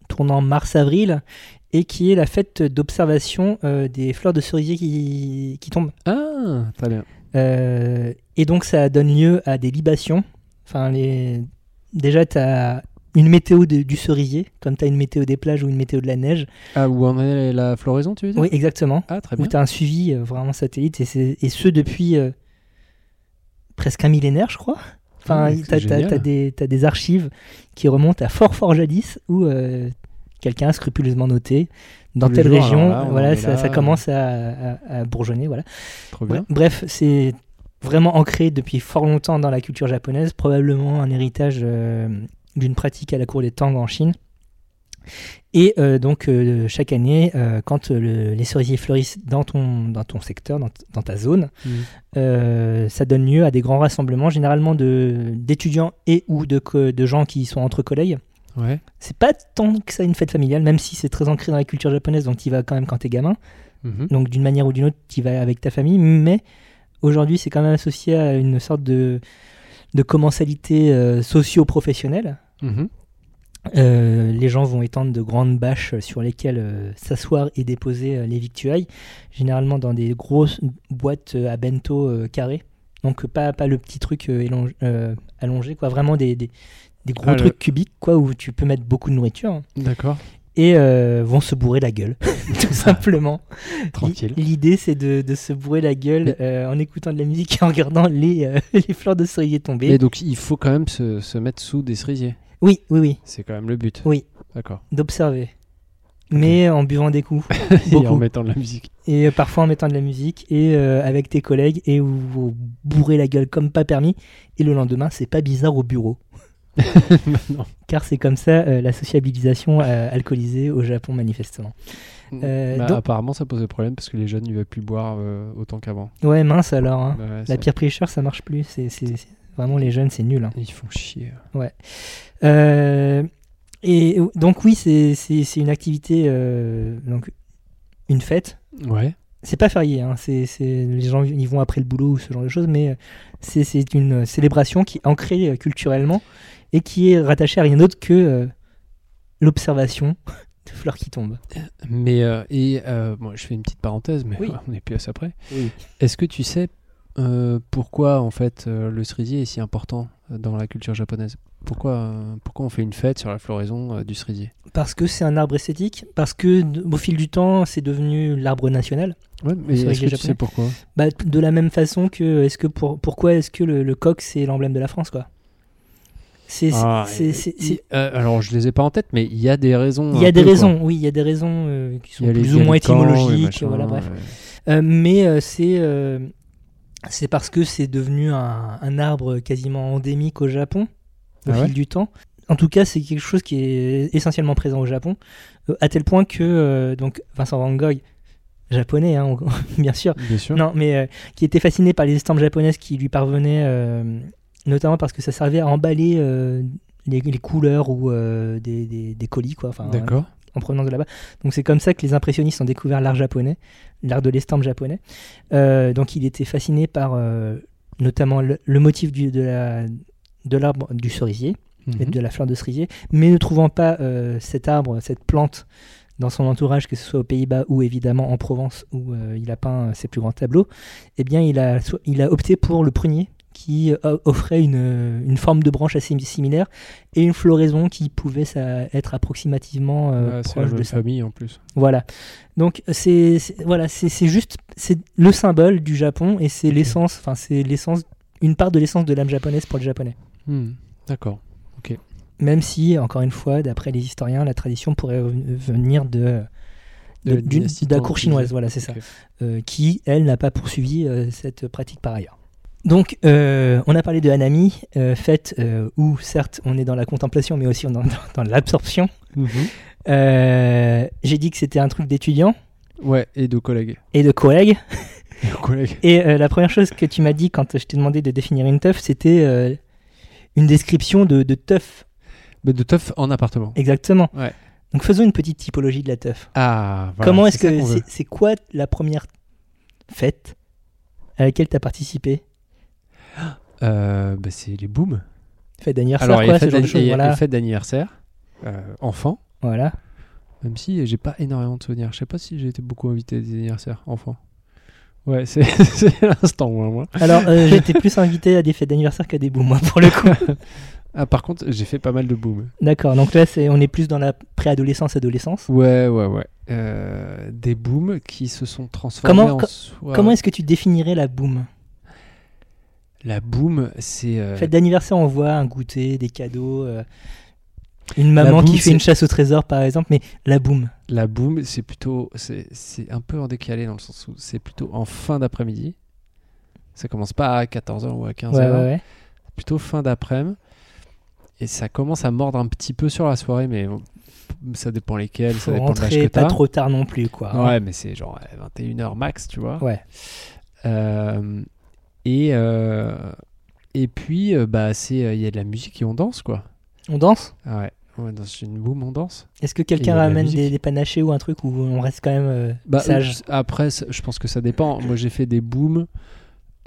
S1: tournant mars-avril et qui est la fête d'observation euh, des fleurs de cerisier qui, qui tombent.
S2: ah très bien
S1: Euh, et donc ça donne lieu à des libations. Enfin, les... Déjà, tu as une météo de- du cerisier, comme tu as une météo des plages ou une météo de la neige.
S2: ah où en est la floraison tu veux dire
S1: Oui, exactement.
S2: ah très
S1: Où
S2: bien
S1: tu as un suivi euh, vraiment satellite, et, c'est- et ce depuis euh, presque un millénaire, je crois. Enfin,
S2: Ah, mais
S1: tu as,
S2: c'est génial.
S1: des, t'as des archives qui remontent à fort fort jadis, où euh, quelqu'un a scrupuleusement noté dans
S2: Tous les
S1: telle
S2: jours,
S1: région,
S2: alors là, on en
S1: voilà,
S2: est
S1: ça,
S2: là,
S1: ça
S2: euh.
S1: commence à, à- à bourgeonner, voilà.
S2: trop
S1: Ouais,
S2: bien
S1: bref, c'est vraiment ancré depuis fort longtemps dans la culture japonaise, probablement un héritage euh, d'une pratique à la cour des Tang en Chine. Et euh, donc euh, chaque année, euh, quand euh, le- les cerisiers fleurissent dans ton, dans ton secteur, dans, t- dans ta zone,
S2: Mhm.
S1: euh, ça donne lieu à des grands rassemblements, généralement de- d'étudiants et ou de, co- de gens qui sont entre collègues.
S2: ouais
S1: C'est pas tant que ça une fête familiale, même si c'est très ancré dans la culture japonaise, donc tu y vas quand même quand t'es gamin.
S2: Mhm.
S1: Donc d'une manière ou d'une autre, tu vas avec ta famille, mais aujourd'hui c'est quand même associé à une sorte de, de commensalité euh, socio-professionnelle.
S2: Mhm.
S1: Euh, les gens vont étendre de grandes bâches sur lesquelles euh, s'asseoir et déposer euh, les victuailles, généralement dans des grosses boîtes euh, à bento euh, carrées. Donc euh, pas, pas le petit truc euh, élong- euh, allongé, quoi. vraiment des, des- des gros
S2: Ah, le-
S1: trucs cubiques quoi, où tu peux mettre beaucoup de nourriture hein.
S2: d'accord
S1: et euh, vont se bourrer la gueule, [laughs]
S2: Ah.
S1: tout simplement.
S2: tranquille
S1: L'i- L'idée, c'est de, de se bourrer la gueule euh, en écoutant de la musique et en regardant les, euh, [laughs] les fleurs de cerisier tomber.
S2: et donc il faut quand même se, se mettre sous des cerisiers
S1: Oui, oui, oui,
S2: c'est quand même le but
S1: Oui. [laughs]
S2: d'accord
S1: d'observer. Mais en buvant des
S2: [laughs]
S1: coups.
S2: et en
S1: Beaucoup.
S2: mettant de la musique
S1: Et euh, parfois en mettant de la musique et euh, avec tes collègues et vous, vous bourrez la gueule comme pas permis. Et le lendemain, c'est pas bizarre au
S2: [laughs]
S1: bureau. Bah
S2: non
S1: Car c'est comme ça euh, la sociabilisation euh, alcoolisée au Japon, manifestement. Euh,
S2: Bah,
S1: donc-
S2: apparemment ça pose problème parce que les jeunes ils veulent plus boire euh, autant qu'avant
S1: Ouais, mince alors. hein.
S2: Bah ouais, ça-
S1: La peer pressure, ça marche plus. C'est c'est- c'est- Vraiment, les jeunes, c'est nul. hein.
S2: ils font chier
S1: Euh, et donc oui, c'est c'est- c'est une activité, euh, donc une fête.
S2: ouais
S1: C'est pas férié, hein, c'est- c'est- les gens y vont après le boulot ou ce genre de choses, mais euh, c'est- c'est une célébration qui est ancrée euh, culturellement et qui est rattachée à rien d'autre que euh, l'observation [laughs] de fleurs qui tombent.
S2: Mais euh, et euh, bon, je fais une petite parenthèse, mais
S1: Oui.
S2: on est plus à ça près.
S1: Oui.
S2: Est-ce que tu sais euh, pourquoi en fait euh, le cerisier est si important euh, dans la culture japonaise Pourquoi euh, pourquoi on fait une fête sur la floraison euh, du cerisier
S1: Parce que c'est un arbre esthétique, parce que d- au fil du temps, c'est devenu l'arbre national.
S2: Ouais, mais
S1: cerisier
S2: est-ce que tu
S1: japonais.
S2: sais pourquoi
S1: Bah, de la même façon que, est-ce que pour, pourquoi est-ce que le, le coq c'est l'emblème de la France quoi C'est
S2: Ah,
S1: c'est-
S2: et-
S1: c'est-
S2: et-
S1: c'est-
S2: euh, Alors je les ai pas en tête, mais il y a des raisons.
S1: Il y
S2: un
S1: a des
S2: peu, quoi.
S1: raisons, oui, il y a des raisons euh, qui
S2: Il
S1: sont
S2: y a les-
S1: plus
S2: il y
S1: ou
S2: a
S1: moins
S2: les camps, les
S1: étymologiques,
S2: machins,
S1: voilà, bref.
S2: euh,
S1: Euh, mais euh, c'est euh, c'est parce que c'est devenu un, un arbre quasiment endémique au Japon au
S2: Ah
S1: fil
S2: ouais
S1: du temps. En tout cas, c'est quelque chose qui est essentiellement présent au Japon, euh, à tel point que euh, donc Vincent Van Gogh, japonais, hein, [laughs] on- bien sûr,
S2: bien sûr.
S1: non, mais euh, qui était fasciné par les estampes japonaises qui lui parvenaient, euh, notamment parce que ça servait à emballer euh, les, les couleurs ou euh, des, des- des colis, quoi.
S2: Ah,
S1: Enfin, euh,
S2: D'accord.
S1: en provenance de là-bas. Donc c'est comme ça que les impressionnistes ont découvert l'art japonais, l'art de l'estampe japonais. Euh, donc il était fasciné par euh, notamment le, le motif du, de la de l'arbre du cerisier et
S2: Mhm.
S1: de la fleur de cerisier, mais ne trouvant pas euh, cet arbre, cette plante dans son entourage, que ce soit aux Pays-Bas ou évidemment en Provence où euh, il a peint euh, ses plus grands tableaux, eh bien il a, so- il a opté pour le prunier qui euh, offrait une, une forme de branche assez similaire et une floraison qui pouvait ça, être approximativement euh,
S2: Ouais, c'est la
S1: proche de
S2: même
S1: ça.
S2: famille en plus.
S1: Voilà. Donc c'est c'est- voilà, c'est c'est juste c'est le symbole du Japon et c'est l'essence, enfin c'est l'essence une part de l'essence de l'âme japonaise pour le japonais.
S2: Hmm, D'accord.
S1: Même si encore une fois, d'après les historiens, la tradition pourrait reven- venir de
S2: De
S1: de-
S2: la
S1: d'une-
S2: dynastie
S1: de la
S2: Tang,
S1: cour
S2: tu
S1: chinoise,
S2: disais.
S1: voilà, c'est ça,
S2: Ok.
S1: euh, qui elle n'a pas poursuivi euh, cette pratique par ailleurs. Donc, euh, on a parlé de Hanami, euh, fête euh, où certes on est dans la contemplation, mais aussi on est dans, dans l'absorption.
S2: Mhm.
S1: Euh, J'ai dit que c'était un truc d'étudiant
S2: Ouais, et de collègues.
S1: et de collègues.
S2: De collègues.
S1: Et euh, la première chose que tu m'as dit quand je t'ai demandé de définir une teuf, c'était euh, une description de, de teuf,
S2: Mais de teuf en appartement.
S1: exactement.
S2: Ouais.
S1: Donc faisons une petite typologie de la teuf.
S2: Ah, voilà,
S1: Comment
S2: c'est
S1: est-ce
S2: ça
S1: que
S2: qu'on veut.
S1: c'est c'est quoi la première fête à laquelle tu as participé
S2: Euh, bah, C'est les booms.
S1: Fête d'anniversaire,
S2: Alors, il y a
S1: quoi, ce
S2: fête
S1: genre de
S2: d'anni- il
S1: choses.
S2: y a
S1: Voilà.
S2: les fêtes d'anniversaire, euh, enfant,
S1: voilà.
S2: même si j'ai pas énormément de souvenirs. Je sais pas si j'ai été beaucoup invité à des anniversaires, enfant. Ouais, c'est [laughs] c'est l'instant, moi, moi.
S1: Alors, euh, j'étais plus invité à des fêtes d'anniversaire qu'à des booms, moi, pour le
S2: [laughs]
S1: coup.
S2: Ah, par contre, j'ai fait pas mal de booms.
S1: D'accord, donc là, c'est- on est plus dans la préadolescence, adolescence.
S2: Ouais, ouais, ouais. Euh, des booms qui se sont transformés
S1: Comment-
S2: en
S1: co-
S2: soirée.
S1: Comment est-ce que tu définirais la boom
S2: La boom, c'est... euh,
S1: Fête d'anniversaire, on voit un goûter, des cadeaux, euh, une
S2: La
S1: maman
S2: boum,
S1: qui fait
S2: c'est-
S1: une chasse au trésor par exemple, mais la boum.
S2: La boom, c'est plutôt, c'est c'est un peu en décalé dans le sens où c'est plutôt en fin d'après-midi. Ça commence pas à 14h ou à 15h,
S1: Ouais, ouais, ouais.
S2: plutôt fin d'après-midi. Et ça commence à mordre un petit peu sur la soirée, mais bon, ça dépend lesquels, ça
S1: Faut
S2: dépend de l'âge
S1: rentrer
S2: que
S1: pas
S2: t'as.
S1: trop tard non plus, quoi. hein.
S2: Ouais, mais c'est genre euh, 21h max, tu vois.
S1: Ouais.
S2: Euh, et, euh, et puis, euh, bah, c'est, euh, il y a de la musique et on danse, quoi.
S1: On danse
S2: Ah Ouais, on est dans une boom, on danse.
S1: Est-ce que
S2: Et
S1: quelqu'un
S2: de la
S1: ramène
S2: musique.
S1: des, des panachés ou un truc où on reste quand même euh,
S2: Bah,
S1: sage
S2: euh, Après, c- je pense que ça dépend. Moi, j'ai fait des booms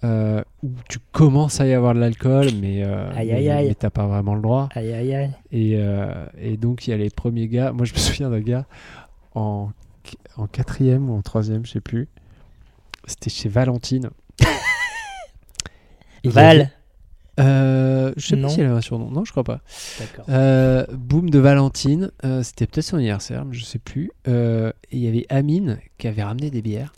S2: euh, où tu commences à y avoir de l'alcool, mais, euh,
S1: Aïe,
S2: mais-
S1: aïe, aïe.
S2: mais t'as pas vraiment le droit.
S1: Aïe aïe aïe.
S2: Et, euh, et donc, il y a les premiers gars. Moi, je me [laughs] souviens d'un gars en, qu- en quatrième ou en troisième, je sais plus. C'était
S1: [laughs]
S2: chez Valentine. Il avait-
S1: Val
S2: euh, Je sais
S1: Non.
S2: pas si elle avait un surnom. Non, je crois pas.
S1: D'accord.
S2: Euh, boom de Valentine. Euh, C'était peut-être son anniversaire, mais je sais plus. Euh, et il y avait Amine qui avait ramené des bières.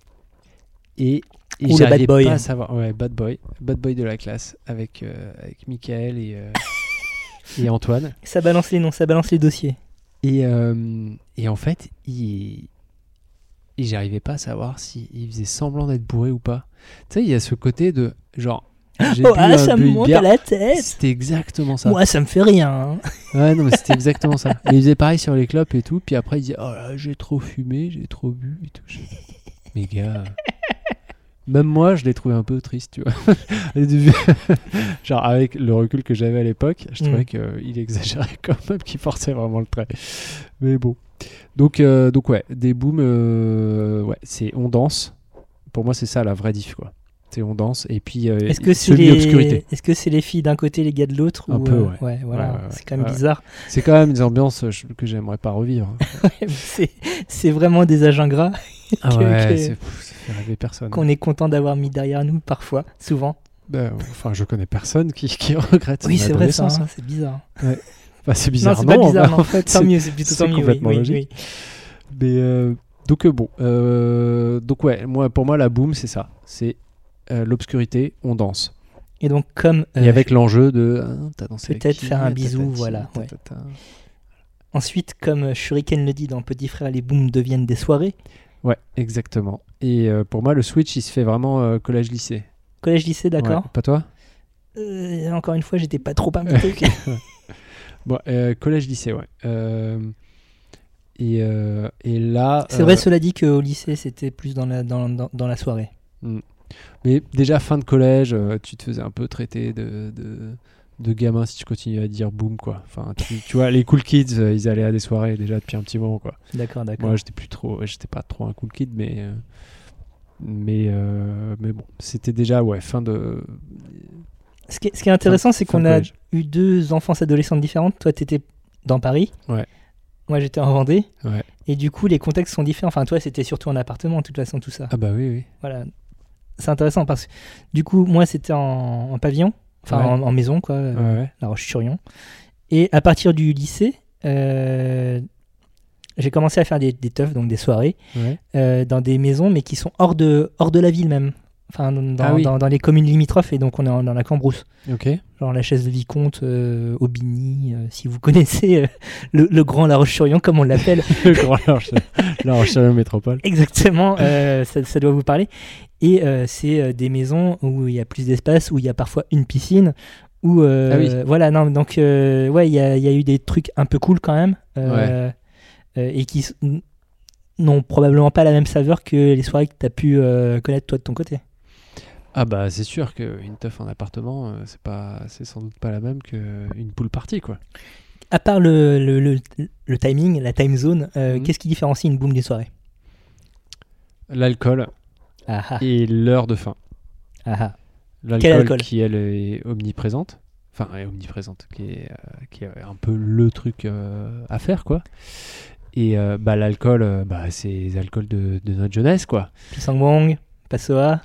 S2: Et, et
S1: Ouh, le
S2: j'arrivais
S1: bad boy.
S2: pas à savoir. Ouais, bad boy. Bad boy de la classe avec, euh, avec Michael et,
S1: [laughs]
S2: euh, et Antoine.
S1: Ça balance les noms, ça balance les dossiers.
S2: Et, euh, et en fait, il... et j'arrivais pas à savoir s'il faisait semblant d'être bourré ou pas. Tu sais, il y a ce côté de genre. J'ai
S1: Oh
S2: bu
S1: ah,
S2: un
S1: ça me
S2: but de
S1: monte
S2: bière.
S1: à la tête
S2: C'était exactement ça.
S1: Moi, ça me fait rien. hein.
S2: Ouais, non, mais c'était exactement ça. Mais il faisait pareil sur les clopes et tout. Puis après, il disait Oh là, j'ai trop fumé, j'ai trop bu et tout. Je- Mais gars. Même moi, je l'ai trouvé un peu triste, tu vois. [laughs] Au début, Genre, avec le recul que j'avais à l'époque, je trouvais
S1: Mm.
S2: qu'il exagérait [laughs] quand même, qu'il forçait vraiment le trait. Mais bon. Donc, euh, donc ouais, des booms, euh, ouais, c'est on danse. Pour moi, c'est ça la vraie diff, quoi. C'est on danse. Et puis, euh,
S1: Est-ce que c'est
S2: semi-obscurité.
S1: les... est -ce c'est les filles d'un côté, les gars de l'autre
S2: Un
S1: ou,
S2: peu,
S1: euh,
S2: ouais.
S1: voilà.
S2: Ouais, ouais,
S1: C'est quand même
S2: ouais.
S1: bizarre. [laughs]
S2: C'est quand même des ambiances euh, je- que j'aimerais pas revivre.
S1: C'est c'est vraiment des agents gras.
S2: Ah
S1: que-
S2: ouais,
S1: que-
S2: c'est- pff, ça fait rêver personne.
S1: qu'on est content d'avoir mis derrière nous parfois, souvent.
S2: Ben, enfin, je connais personne qui, qui [laughs] regrette son
S1: Oui, c'est vrai, ça,
S2: adolescence.
S1: hein, c'est bizarre.
S2: Enfin, c'est bizarre,
S1: non, c'est pas bizarre.
S2: en
S1: non.
S2: fait,
S1: tant
S2: c'est-
S1: mieux, c'est plutôt
S2: c'est
S1: tant mieux. oui,
S2: complètement
S1: oui,
S2: logique.
S1: oui.
S2: mais, euh, donc euh, bon, euh, donc ouais, moi, pour moi, la boom, c'est ça. C'est euh, l'obscurité, on danse.
S1: Et donc, comme euh,
S2: Et avec l'enjeu de, hein, t'as dansé avec
S1: peut-être
S2: qui,
S1: faire un
S2: tatati,
S1: bisou, voilà, ouais.
S2: tatata.
S1: ensuite, comme euh, Shuriken le dit dans Petit Frère, les booms deviennent des soirées.
S2: Ouais, exactement. Et euh, pour moi, le switch, il se fait vraiment euh, collège lycée.
S1: Collège, lycée, d'accord.
S2: Ouais, pas toi
S1: Euh, encore une fois, j'étais pas trop invité. [laughs] ok.
S2: Bon, euh, collège lycée, ouais. Euh, et, euh, et là,
S1: c'est vrai,
S2: euh,
S1: cela dit qu'au lycée, c'était plus dans la, dans, dans- dans la soirée.
S2: Mais déjà, fin de collège, euh, tu te faisais un peu traiter de, de, de gamin si tu continuais à dire boum, quoi. Enfin, tu, tu vois, les cool kids, euh, ils allaient à des soirées déjà depuis un petit moment, quoi.
S1: D'accord, d'accord.
S2: Moi, j'étais plus trop, j'étais pas trop un cool kid, mais. euh, mais, euh, mais bon, c'était déjà, ouais, fin de.
S1: Ce, qui est, ce qui est intéressant, c'est
S2: fin
S1: qu'on
S2: de
S1: a
S2: collège.
S1: eu deux enfance adolescentes différentes. Toi, t'étais dans Paris.
S2: Ouais.
S1: Moi, j'étais en Vendée.
S2: Ouais.
S1: Et du coup, les contextes sont différents. Enfin, toi, c'était surtout en appartement, de toute façon, tout ça.
S2: Ah, bah oui, oui.
S1: Voilà. c'est intéressant parce que du coup, moi, c'était en, en pavillon, enfin
S2: Ouais.
S1: en, en maison, quoi, euh,
S2: Ouais, ouais.
S1: la Roche-sur-Yon. Et à partir du lycée, euh, j'ai commencé à faire des, des teufs, donc des soirées,
S2: ouais.
S1: euh, dans des maisons, mais qui sont hors de, hors de la ville même. Enfin, dans,
S2: Ah oui.
S1: dans- dans les communes limitrophes, et donc on est en- dans la Cambrousse.
S2: [laughs] Ok.
S1: Genre la chaise de Vicomte, euh, Aubigny, euh, si vous [laughs] connaissez euh, le, le grand La Roche-sur-Yon, comme on l'appelle.
S2: Le Grand La Rochelle- La Rochelle Métropole.
S1: Exactement, euh, ça, ça doit vous parler. Et euh, c'est euh, des maisons où il y a plus d'espace, où il y a parfois une piscine. Où, euh,
S2: Ah oui.
S1: Voilà, non, donc euh, ouais, il y, a- il y a eu des trucs un peu cool quand même. euh, euh, et qui s- n- n'ont probablement pas la même saveur que les soirées que tu as pu euh, connaître toi de ton côté.
S2: Ah bah c'est sûr qu'une teuf en appartement, euh, c'est pas, c'est sans doute pas la même qu'une poule partie quoi.
S1: À part le, le, le- le timing, la time zone, euh,
S2: Mhm.
S1: qu'est-ce qui différencie une boom des soirées
S2: L'alcool
S1: Ah ah,
S2: et l'heure de fin.
S1: ah ah.
S2: L'alcool
S1: alcool
S2: qui elle est omniprésente, enfin est omniprésente, qui est, euh, qui est un peu le truc euh, à faire quoi. Et euh, bah l'alcool, euh, bah c'est les alcools de, de notre jeunesse quoi.
S1: Pisang Wong, Passoa,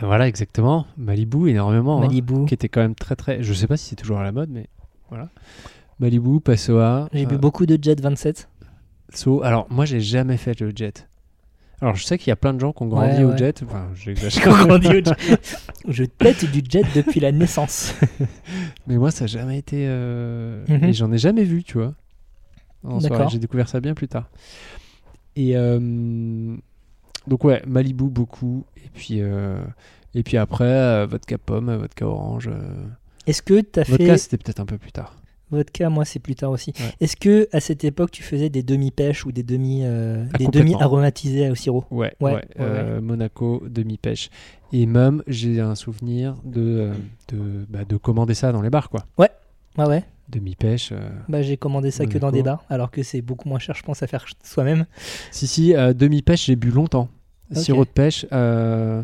S2: Et voilà exactement. Malibu énormément. hein,
S1: Malibu.
S2: qui était quand même très très. Je sais pas si c'est toujours à la mode mais voilà. Malibu, Passoa.
S1: J'ai
S2: euh,
S1: bu beaucoup de Jet 27.
S2: So, alors moi j'ai jamais fait le jet. Alors je sais qu'il y a plein de gens qui ont grandi
S1: Ouais,
S2: au
S1: ouais.
S2: jet. Enfin, j'exagère.
S1: Quand on dit [laughs]
S2: [laughs]
S1: au jet- je tête du jet depuis la naissance.
S2: Mais moi ça a jamais été. euh,
S1: Mhm.
S2: Et j'en ai jamais vu, tu vois. En soirée.
S1: D'accord.
S2: J'ai découvert ça bien plus tard. Et euh, donc ouais, Malibu beaucoup. Et puis euh, et puis après euh, vodka pomme, euh, vodka orange. euh,
S1: Est-ce que tu as
S2: Vodka
S1: fait.
S2: c'était peut-être un peu plus tard.
S1: Vodka, moi, c'est plus tard aussi.
S2: Ouais.
S1: Est-ce que à cette époque, tu faisais des demi-pêches ou des demi, euh,
S2: Ah,
S1: des
S2: complètement.
S1: demi aromatisés au sirop
S2: Ouais,
S1: Ouais,
S2: ouais,
S1: ouais,
S2: euh, Monaco, demi-pêche. Et même, j'ai un souvenir de, euh, de, bah, de commander ça dans les bars, quoi.
S1: Ouais, ouais.
S2: Demi-pêche, euh,
S1: Bah, j'ai commandé ça que dans
S2: Monaco.
S1: des bars, alors que c'est beaucoup moins cher, je pense, à faire soi-même.
S2: Si, si, euh, demi-pêche, j'ai bu longtemps.
S1: Ok.
S2: Sirop de pêche, euh,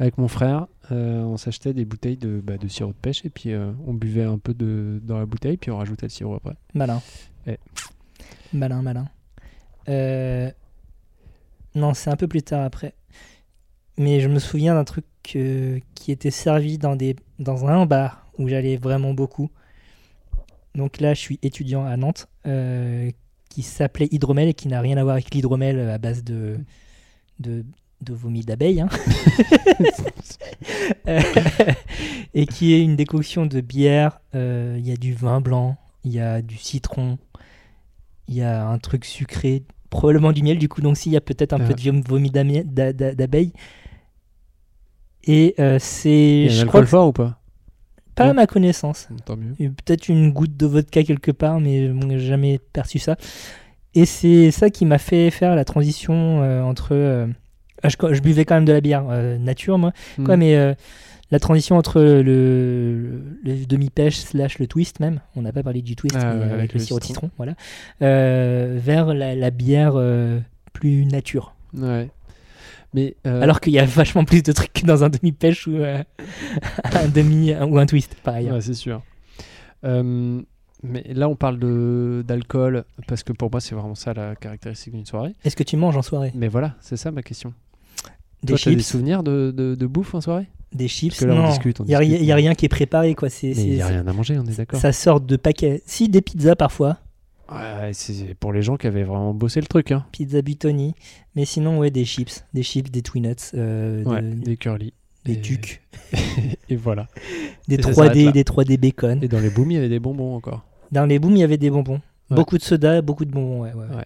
S2: avec mon frère, euh, on s'achetait des bouteilles de, bah, de sirop de pêche et puis euh, on buvait un peu de, dans la bouteille, puis on rajoutait le sirop après.
S1: Malin.
S2: Ouais.
S1: Malin, malin. Euh, Non, c'est un peu plus tard après. Mais je me souviens d'un truc euh, qui était servi dans, des... dans un bar où j'allais vraiment beaucoup. Donc là, je suis étudiant à Nantes, euh, qui s'appelait Hydromel et qui n'a rien à voir avec l'hydromel à base de, de, de vomi d'abeille.
S2: [laughs]
S1: hein. Euh, et qui est une décoction de bière. euh, Il y a du vin blanc, il y a du citron, il y a un truc sucré, probablement du miel. Du coup, donc s'il y a peut-être un peu
S2: Ah.
S1: de viom- vomi d'amie- d'a- d'a- d'abeille. Et euh,
S2: Il
S1: c'est,
S2: y a un
S1: je crois,
S2: alcool
S1: que-
S2: fort ou pas
S1: pas à
S2: non.
S1: ma connaissance.
S2: Tant mieux.
S1: Et Peut-être une goutte de vodka quelque part, mais bon, j'ai jamais perçu ça. Et c'est ça qui m'a fait faire la transition euh, entre. euh, ah, je, je buvais quand même de la bière euh, nature, moi, quoi,
S2: Mm.
S1: mais euh, la transition entre le, le demi-pêche slash le twist, même, on n'a pas parlé du twist,
S2: Ah,
S1: mais
S2: ouais,
S1: avec, le, sirop de citron, voilà, euh, vers la, la bière euh, plus nature.
S2: Hmm. Ouais. Mais, euh,
S1: Alors qu'il y a vachement plus de trucs que dans un demi-pêche ou, euh, [laughs] un demi, ou un twist, par ailleurs.
S2: ouais, c'est sûr. Euh, mais là, on parle de- d'alcool, parce que pour moi, c'est vraiment ça la caractéristique d'une soirée.
S1: Est-ce que tu manges en soirée
S2: Mais voilà, c'est ça ma question.
S1: Des
S2: Toi, t'as des
S1: chips
S2: souvenirs de, de, de bouffe en soirée
S1: des chips.
S2: Parce que là, on
S1: non,
S2: discute, on
S1: il y a, ri-
S2: discute,
S1: y a
S2: mais-
S1: rien qui est préparé quoi. C'est,
S2: Mais il
S1: c'est-
S2: n'y a rien à manger, on est d'accord.
S1: Ça sort de paquets. Si des pizzas parfois,
S2: Ouais, c'est pour les gens qui avaient vraiment bossé le truc. Hein.
S1: pizza Butoni, mais sinon ouais des chips, des chips, des Twinuts, euh, de-
S2: Ouais, des curly.
S1: des
S2: et-
S1: tucs,
S2: Et voilà.
S1: des
S2: et ça
S1: 3D,
S2: s'arrête là.
S1: des 3D bacon.
S2: Et dans les booms, il y avait des bonbons encore.
S1: Dans les booms il y avait des bonbons,
S2: Ouais.
S1: beaucoup de soda, beaucoup de bonbons. ouais, ouais.
S2: Ouais.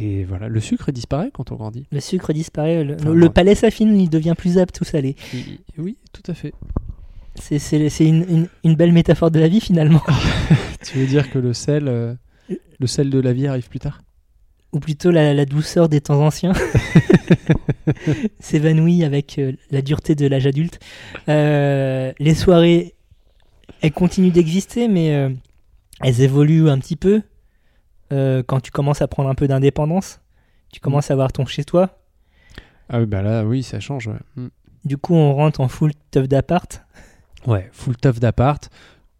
S2: Et voilà. Le sucre disparaît quand on grandit.
S1: Le sucre disparaît, le,
S2: Enfin,
S1: le
S2: bon.
S1: palais s'affine, il devient plus apte tout salé.
S2: Et- et- oui, tout à fait.
S1: C'est, c'est, c'est une, une- une belle métaphore de la vie finalement,
S2: tu veux dire que le sel, euh, le sel de la vie arrive plus tard
S1: ou plutôt la, la douceur des temps anciens s'évanouit avec euh, la dureté de l'âge adulte. Euh, les soirées, elles continuent d'exister, mais euh, elles évoluent un petit peu. Euh, quand tu commences à prendre un peu d'indépendance, tu commences à avoir ton chez-toi.
S2: Ah oui, bah là, oui, ça change. Ouais, Mm.
S1: Du coup, on rentre en full teuf d'appart.
S2: ouais full teuf d'appart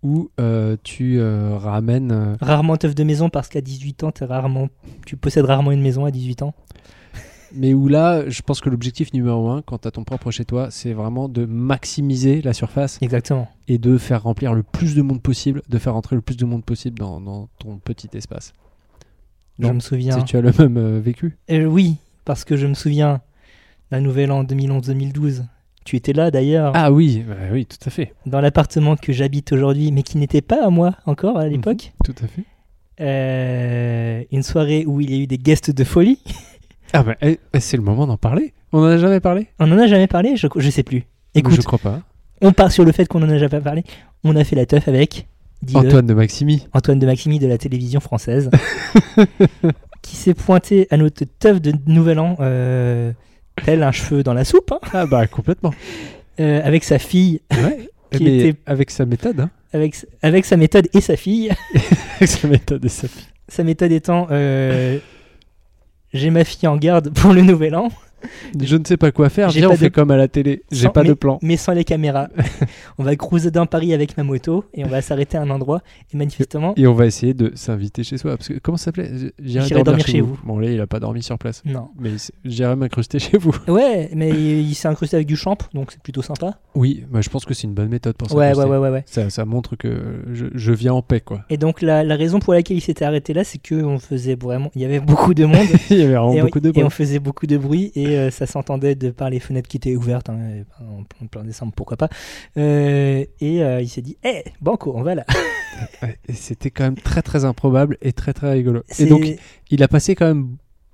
S2: où euh, tu euh, ramènes. euh,
S1: Rarement teuf de maison parce qu'à 18 ans, t'es rarement, tu possèdes rarement une maison à 18 ans.
S2: Mais où là, je pense que l'objectif numéro un, quand t'as ton propre chez toi, c'est vraiment de maximiser la surface
S1: Exactement.
S2: et de faire remplir le plus de monde possible, de faire rentrer le plus de monde possible dans, dans ton petit espace.
S1: Je
S2: Non,
S1: me
S2: Si
S1: souviens.
S2: tu as le même euh, vécu.
S1: Euh, oui, parce que je me souviens, la nouvelle an 2011-2012, tu étais là d'ailleurs,
S2: Ah oui, bah oui, tout à fait,
S1: dans l'appartement que j'habite aujourd'hui, mais qui n'était pas à moi encore à l'époque.
S2: tout à fait.
S1: Euh, une soirée où il y a eu des guests de folie.
S2: Ah bah eh, eh, c'est le moment d'en parler. On en a jamais parlé
S1: On n'en a jamais parlé, je, je sais plus. Écoute,
S2: Je crois pas.
S1: on part sur le fait qu'on n'en a jamais parlé. On a fait la teuf avec dis-le,
S2: Antoine de Maximi.
S1: Antoine de Maximi de la télévision
S2: [laughs]
S1: française, qui s'est pointé à notre teuf de Nouvel An, euh, tel un cheveu dans la soupe, hein,
S2: Ah bah complètement.
S1: euh, avec sa fille,
S2: [laughs] Ouais.
S1: Qui
S2: Mais
S1: était-
S2: avec sa méthode. hein.
S1: avec, s- avec sa méthode et sa fille.
S2: [laughs] avec sa méthode et sa fille.
S1: Sa méthode étant euh, j'ai ma fille en garde pour le Nouvel An,
S2: Je ne sais pas quoi faire.
S1: J'ai
S2: Viens,
S1: pas
S2: on
S1: de-
S2: fait comme à la télé. J'ai
S1: Sans-
S2: pas de plan.
S1: mais sans les
S2: [laughs]
S1: caméras. on va cruiser dans Paris avec ma moto et on va s'arrêter à un endroit. Et manifestement,
S2: Et on va essayer de s'inviter chez soi. Parce que comment ça s'appelait J'irai dormir, chez vous. Bon là, il a pas dormi sur place.
S1: non.
S2: Mais c'est- j'irai m'incruster chez vous. [laughs]
S1: Ouais, mais il, il s'est incrusté avec du champ, donc c'est plutôt sympa.
S2: Oui, bah, je pense que c'est une bonne méthode pour
S1: Ouais, ouais,
S2: s'incruster.
S1: ouais, ouais, ouais.
S2: Ça, ça montre que je, je viens en paix, quoi. [laughs]
S1: Et donc la, la raison pour laquelle il s'était arrêté là, c'est que on faisait vraiment, il y avait beaucoup de monde
S2: il y avait vraiment
S1: et, on,
S2: beaucoup de
S1: et
S2: bruit.
S1: on faisait beaucoup de bruit et euh, ça s'entendait de par les fenêtres qui étaient ouvertes hein, et en plein, plein décembre, pourquoi pas. Euh, et euh, il s'est dit, hé, banco, on va là.
S2: Ouais, et C'était quand même très, très improbable et très, très rigolo. Et
S1: C'est-
S2: donc, il a passé quand même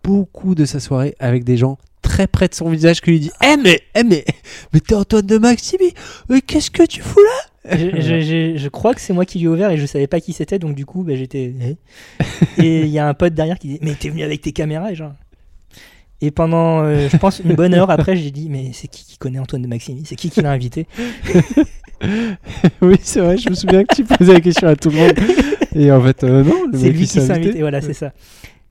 S2: beaucoup de sa soirée avec des gens très près de son visage qui lui dit Eh mais, eh mais, mais t'es Antoine de Maximi Mais qu'est-ce que tu fous là
S1: [laughs] je, je- je- je crois que c'est moi qui lui ai ouvert et je savais pas qui c'était, donc du coup, bah, j'étais.
S2: [laughs]
S1: eh. et il y a un pote derrière qui dit Mais t'es venu avec tes caméras et genre. Et pendant, euh, je pense, une bonne heure après, j'ai dit Mais c'est qui qui connaît Antoine de Maximi C'est qui qui l'a invité
S2: [laughs] Oui, c'est vrai, je me souviens que tu posais la question à tout le monde. Et en fait, euh, non, le
S1: C'est
S2: mec,
S1: lui qui
S2: il s'est
S1: s'est
S2: invité.
S1: invité. Voilà, c'est ça.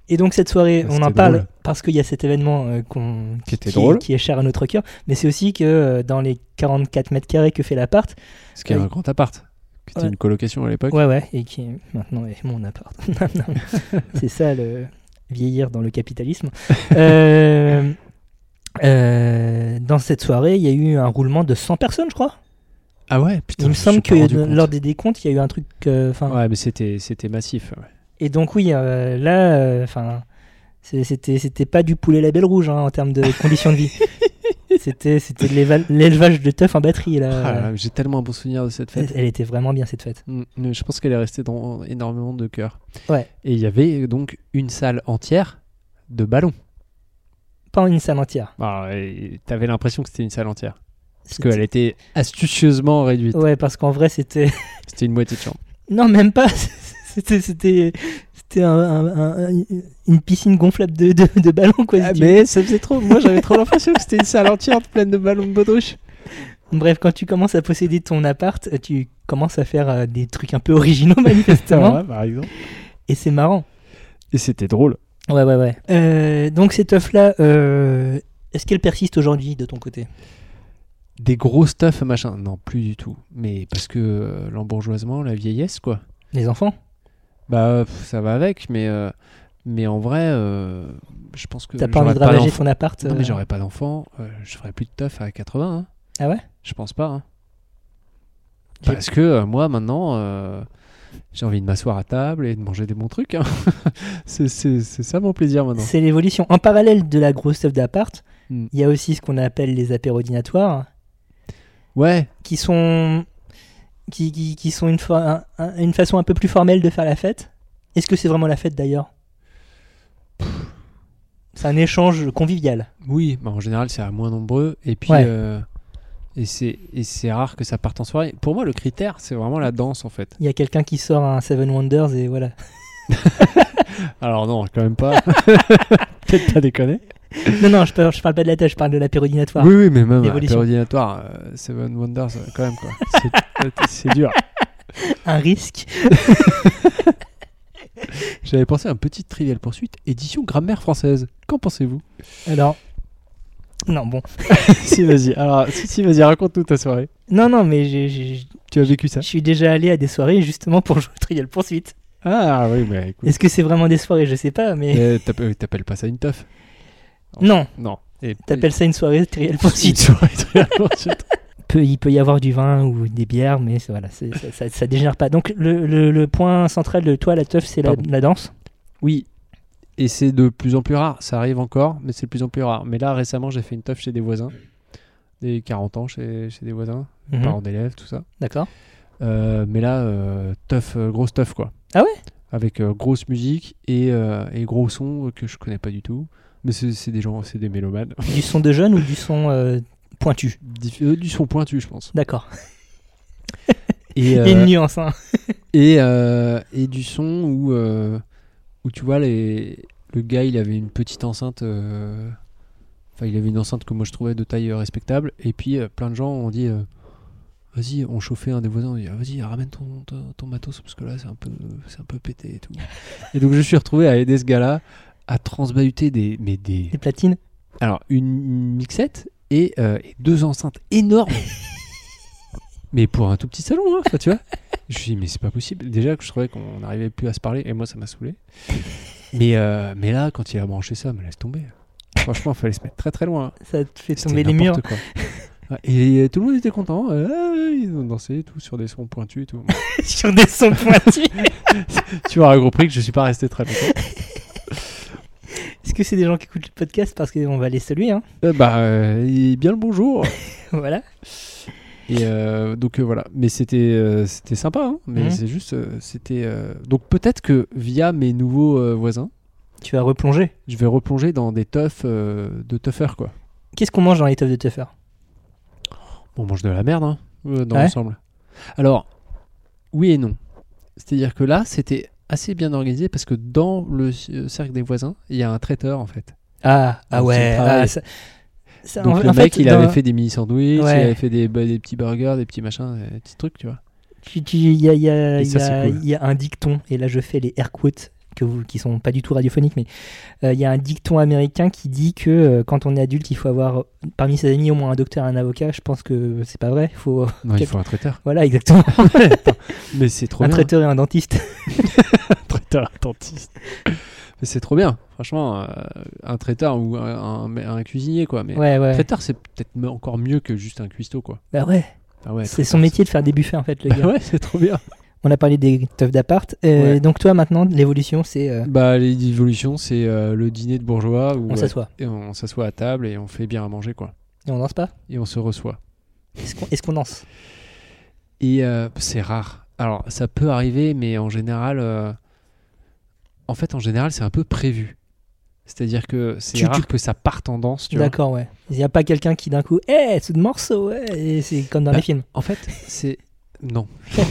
S1: Et donc cette soirée,
S2: Ah,
S1: on en
S2: c'était
S1: parle
S2: drôle.
S1: parce qu'il y a cet événement euh, qu'on-
S2: Qui était
S1: qui,
S2: drôle.
S1: qui est cher à notre cœur, mais c'est aussi que euh, dans les 44 mètres carrés que fait l'appart,
S2: Ce qui est un
S1: Ouais.
S2: grand appart. qui était
S1: Ouais.
S2: une colocation à l'époque.
S1: ouais ouais, et qui maintenant est mon appart. [laughs] Non, non. c'est ça le vieillir dans le
S2: [laughs]
S1: capitalisme. Euh, euh, dans cette soirée, il y a eu un roulement de 100 personnes, je crois.
S2: Ah ouais, putain.
S1: il me
S2: je
S1: semble
S2: suis
S1: que
S2: pas rendu
S1: de-
S2: compte.
S1: lors des décomptes, il y a eu un truc. euh, enfin
S2: Ouais, mais c'était c'était massif. ouais.
S1: Et donc oui, euh, là, enfin, c'était c'était pas du poulet label rouge hein, en termes de conditions
S2: [laughs]
S1: de vie. c'était c'était de l'éva- l'élevage de teuf en batterie là.
S2: Ah là là, J'ai tellement un bon souvenir de cette fête.
S1: Elle était vraiment bien cette fête.
S2: Mm, mais Je pense qu'elle est restée dans énormément de cœur.
S1: Ouais.
S2: Et il y avait euh, donc une salle entière de ballons.
S1: Pas en une salle entière.
S2: Alors, et T'avais l'impression que c'était une salle entière. Parce
S1: C'était-
S2: qu'elle était astucieusement réduite.
S1: Ouais, parce qu'en vrai c'était [laughs]
S2: C'était une moitié de chambre.
S1: non même pas. [laughs] C'était c'était c'était un- un- un- une piscine gonflable de de, de ballons quoi. si tu
S2: Ah, mais ça faisait trop. Moi, j'avais trop l'impression que c'était une salle entière pleine de ballons de baudruche.
S1: veux. Bref, quand tu commences à posséder ton appart, tu commences à faire euh, des trucs un peu originaux [laughs] manifestement.
S2: Ah par exemple.
S1: Et c'est marrant.
S2: Et c'était drôle.
S1: Ouais, ouais, ouais. Euh, donc cette œuf-là, euh, est-ce qu'elle persiste aujourd'hui de ton côté
S2: Des gros stuff, machin. Non, plus du tout. Mais parce que euh, l'embourgeoisement, la vieillesse, quoi.
S1: Les enfants
S2: Bah, pff, ça va avec, mais. euh, Mais en vrai, euh, je pense que.
S1: T'as pas
S2: j'aurais
S1: envie de ravager
S2: d'enfant.
S1: ton appart
S2: Non, mais
S1: euh,
S2: j'aurais pas d'enfant. euh, je ferais plus de teuf à 80. hein.
S1: Ah ouais
S2: Je pense pas. hein.
S1: J'ai-
S2: Parce que euh, moi, maintenant, euh, j'ai envie de m'asseoir à table et de manger des bons trucs. hein. [laughs] c'est c'est- c'est ça mon plaisir maintenant.
S1: C'est l'évolution. En parallèle de la grosse œuf d'appart, il
S2: Hmm.
S1: y a aussi ce qu'on appelle les apérodinatoires,
S2: Ouais,
S1: qui sont, qui, qui, qui sont une, fois un- un- une façon un peu plus formelle de faire la fête. Est-ce que c'est vraiment la fête d'ailleurs C'est un échange convivial.
S2: oui, bah, en général, c'est à moins nombreux. Et puis,
S1: Ouais.
S2: euh, et c'est et c'est rare que ça parte en soirée. Pour moi, le critère, c'est vraiment la danse en fait.
S1: Il y a quelqu'un qui sort un Seven Wonders et voilà.
S2: Alors, non, quand même [laughs] pas. Peut-être pas déconner.
S1: non, non, je parle, je parle pas de la tête, je parle de l'apérodinatoire.
S2: Oui, oui, mais même euh, à
S1: L'évolution.
S2: l'ordinatoire, euh, Seven Wonders, euh, quand même, quoi.
S1: [laughs]
S2: C'est- C'est dur.
S1: Un risque.
S2: J'avais pensé à un petit trivial poursuite, édition grammaire française. Qu'en pensez-vous
S1: Alors. Non, bon.
S2: [laughs] si, vas-y. Alors, si, si, vas-y, raconte nous ta soirée.
S1: Non, non, mais j'ai- j'ai-
S2: Tu as vécu
S1: je
S2: ça
S1: suis déjà allé à des soirées justement pour jouer au Trial Poursuite.
S2: Ah oui, mais écoute. Eh,
S1: Est-ce que c'est vraiment des soirées Je sais pas, mais
S2: euh, t'appelles, t'appelles pas ça une teuf
S1: Non.
S2: Non. [laughs] Et-
S1: T'appelles ça une soirée trial
S2: et- une
S1: poursuite.
S2: [laughs] soirée trial pursuit.
S1: Peut- il peut y avoir du vin ou des bières, mais c'est- voilà, c'est- ça, ça, ça dégénère pas. Donc le, le- le point central de toi, la teuf, c'est la,
S2: Pardon.
S1: la danse.
S2: [laughs] Oui. Et c'est de plus en plus rare. Ça arrive encore, mais c'est de plus en plus rare. Mais là, récemment, j'ai fait une teuf chez des voisins. Des 40 ans chez, chez des voisins,
S1: Mhm.
S2: parents d'élèves, tout ça.
S1: D'accord.
S2: Euh, mais là, euh, teuf, euh, grosse teuf, quoi.
S1: Ah ouais
S2: Avec euh, grosse musique et, euh, et gros sons que je connais pas du tout. Mais c'est c'est des gens, c'est des mélomanes. [laughs]
S1: Du son de jeune ou du son euh, pointu
S2: Dif- euh, du son pointu, je pense.
S1: D'accord.
S2: Et,
S1: Il [laughs]
S2: euh,
S1: y a une nuance. hein.
S2: et, euh, et du son où, euh, où tu vois, les, le gars, il avait une petite enceinte. euh, Enfin, il avait une enceinte que moi je trouvais de taille euh, respectable. Et puis, euh, plein de gens ont dit. euh, Vas-y, on chauffait un des voisins, on dit Ah, vas-y, ramène ton, ton, ton matos parce que là c'est un peu c'est un peu pété et tout. et donc je me suis retrouvé à aider ce gars-là à transbahuter des mais des
S1: Des platines.
S2: alors, une mixette et, euh, et deux enceintes
S1: [laughs]
S2: énormes. mais pour un tout petit salon, hein, enfin, tu vois. Je me suis dit, mais c'est pas possible. Déjà que je trouvais qu'on n'arrivait plus à se parler, et moi, ça m'a saoulé. Mais, euh, mais là, quand il a branché ça, me laisse tomber. Franchement, il fallait se mettre très très loin. hein.
S1: Ça te fait
S2: C'était
S1: tomber les murs.
S2: n'importe quoi. Ouais, Et euh, tout le monde était content. Euh, ils ont dansé et tout sur des sons pointus et tout.
S1: [laughs] sur des sons pointus.
S2: tu auras compris que je suis pas resté
S1: [laughs]
S2: très longtemps.
S1: Est-ce que c'est des gens qui écoutent le podcast parce qu'on va les saluer hein [laughs]
S2: Euh, bah, euh, et bien le bonjour.
S1: Voilà.
S2: Et euh, donc euh, voilà, mais c'était euh, c'était sympa, hein. mais
S1: Mhm.
S2: c'est juste euh, c'était euh, donc peut-être que via mes nouveaux euh, voisins,
S1: Tu vas replonger.
S2: je vais replonger dans des teufs euh, de teufeurs quoi.
S1: Qu'est-ce qu'on mange dans les teufs de teuffer
S2: On mange de la merde hein, euh, dans
S1: Ouais.
S2: l'ensemble. Alors oui et non, c'est-à-dire que là c'était assez bien organisé parce que dans le c- cercle des voisins, il y a un traiteur en fait.
S1: Ah, ah
S2: C'est
S1: ouais.
S2: le travail.
S1: ah, ça- ça-
S2: Donc
S1: en-
S2: le
S1: en
S2: mec,
S1: fait,
S2: il
S1: dans-
S2: avait fait des mini sandwichs,
S1: Ouais.
S2: il avait fait des, bah, des petits burgers, des petits machins, des petits trucs, tu vois.
S1: Tu- tu- Il y, a- il y a-
S2: Et
S1: il y
S2: ça, c'est
S1: a-
S2: cool.
S1: il y a un dicton, et là je fais les air quotes que vous, qui sont pas du tout radiophoniques, mais euh, il y a un dicton américain qui dit que euh, quand on est adulte, il faut avoir euh, parmi ses amis au moins un docteur et un avocat. Je pense que c'est pas vrai. Faut, [laughs]
S2: Non, il
S1: Quel-
S2: faut un traiteur.
S1: voilà, exactement.
S2: Mais c'est trop
S1: un
S2: bien.
S1: traiteur et un
S2: [laughs]
S1: dentiste.
S2: traiteur attentiste. Mais c'est trop bien, franchement, euh, un traiteur ou un, un- un cuisinier quoi. Mais
S1: Ouais, ouais.
S2: traiteur c'est peut-être me- encore mieux que juste un cuistot quoi.
S1: Bah ouais,
S2: Ah ouais,
S1: c'est
S2: traiteur,
S1: son métier de faire des buffets en fait, le
S2: Bah
S1: gars.
S2: [laughs] ouais, c'est trop bien.
S1: On a parlé des teufs d'appart. Euh,
S2: Ouais.
S1: Donc toi maintenant, l'évolution, c'est euh,
S2: bah les évolutions c'est euh, le dîner de bourgeois où euh,
S1: on s'assoit
S2: et on s'assoit à table et on fait bien à manger quoi.
S1: et on danse pas.
S2: Et on se reçoit.
S1: Est-ce qu'on est-ce qu'on danse
S2: Et euh, c'est rare. Alors ça peut arriver, mais en général, euh, en fait en général c'est un peu prévu. C'est-à-dire que c'est
S1: Tu-
S2: rare
S1: tu-
S2: que ça parte en danse. Tu vois.
S1: D'accord, ouais. Il n'y a pas quelqu'un qui d'un coup, hé, c'est de morceau, ouais. Et C'est comme dans
S2: Bah,
S1: les films.
S2: En fait, c'est. Non. [laughs]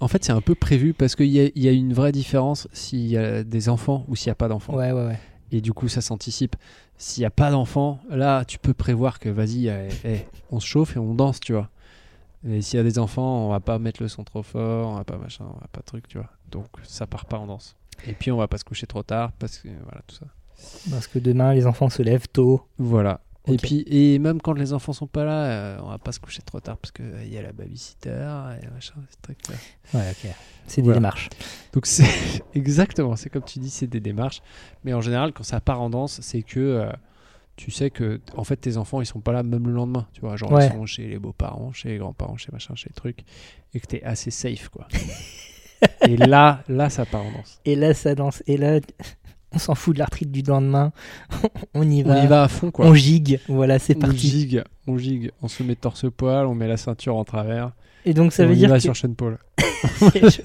S2: en fait, c'est un peu prévu parce qu'il y, a- il y a une vraie différence s'il y a des enfants ou s'il n'y a pas d'enfants.
S1: Ouais, ouais, ouais.
S2: Et du coup, ça s'anticipe. S'il n'y a pas d'enfants, là, tu peux prévoir que vas-y, eh, eh, on se chauffe et on danse, tu vois. Et s'il y a des enfants, on va pas mettre le son trop fort, on va pas machin, on va pas truc, tu vois. Donc, ça part pas en danse. Et puis, on va pas se coucher trop tard parce que voilà, tout ça.
S1: Parce que demain, les enfants se lèvent tôt.
S2: Voilà. Et
S1: Ok.
S2: puis et même quand les enfants sont pas là, euh, on va pas se coucher trop tard parce que euh, il y a la babysitter et machin, ces trucs, tu vois.
S1: Ouais, ok. C'est des
S2: Voilà.
S1: démarches.
S2: Donc c'est [laughs] exactement, c'est comme tu dis, c'est des démarches. Mais en général, quand ça part en danse, c'est que euh, tu sais que en fait tes enfants ils sont pas là même le lendemain, tu vois, genre
S1: Ouais.
S2: ils sont chez les beaux-parents, chez les grands-parents, chez machin, chez les trucs, et que t'es assez safe
S1: [laughs]
S2: quoi. et là, là ça part en danse.
S1: Et là, ça danse. Et là, [laughs] on s'en fout de l'arthrite du lendemain. [laughs] on y va.
S2: On y va à fond quoi.
S1: On gigue. Voilà, c'est
S2: On
S1: parti.
S2: gigue, on gigue, on se met torse poil, on met la ceinture en travers.
S1: Et donc, ça
S2: et
S1: veut
S2: on y
S1: dire.
S2: va
S1: Que... [laughs]
S2: sur Sean Paul.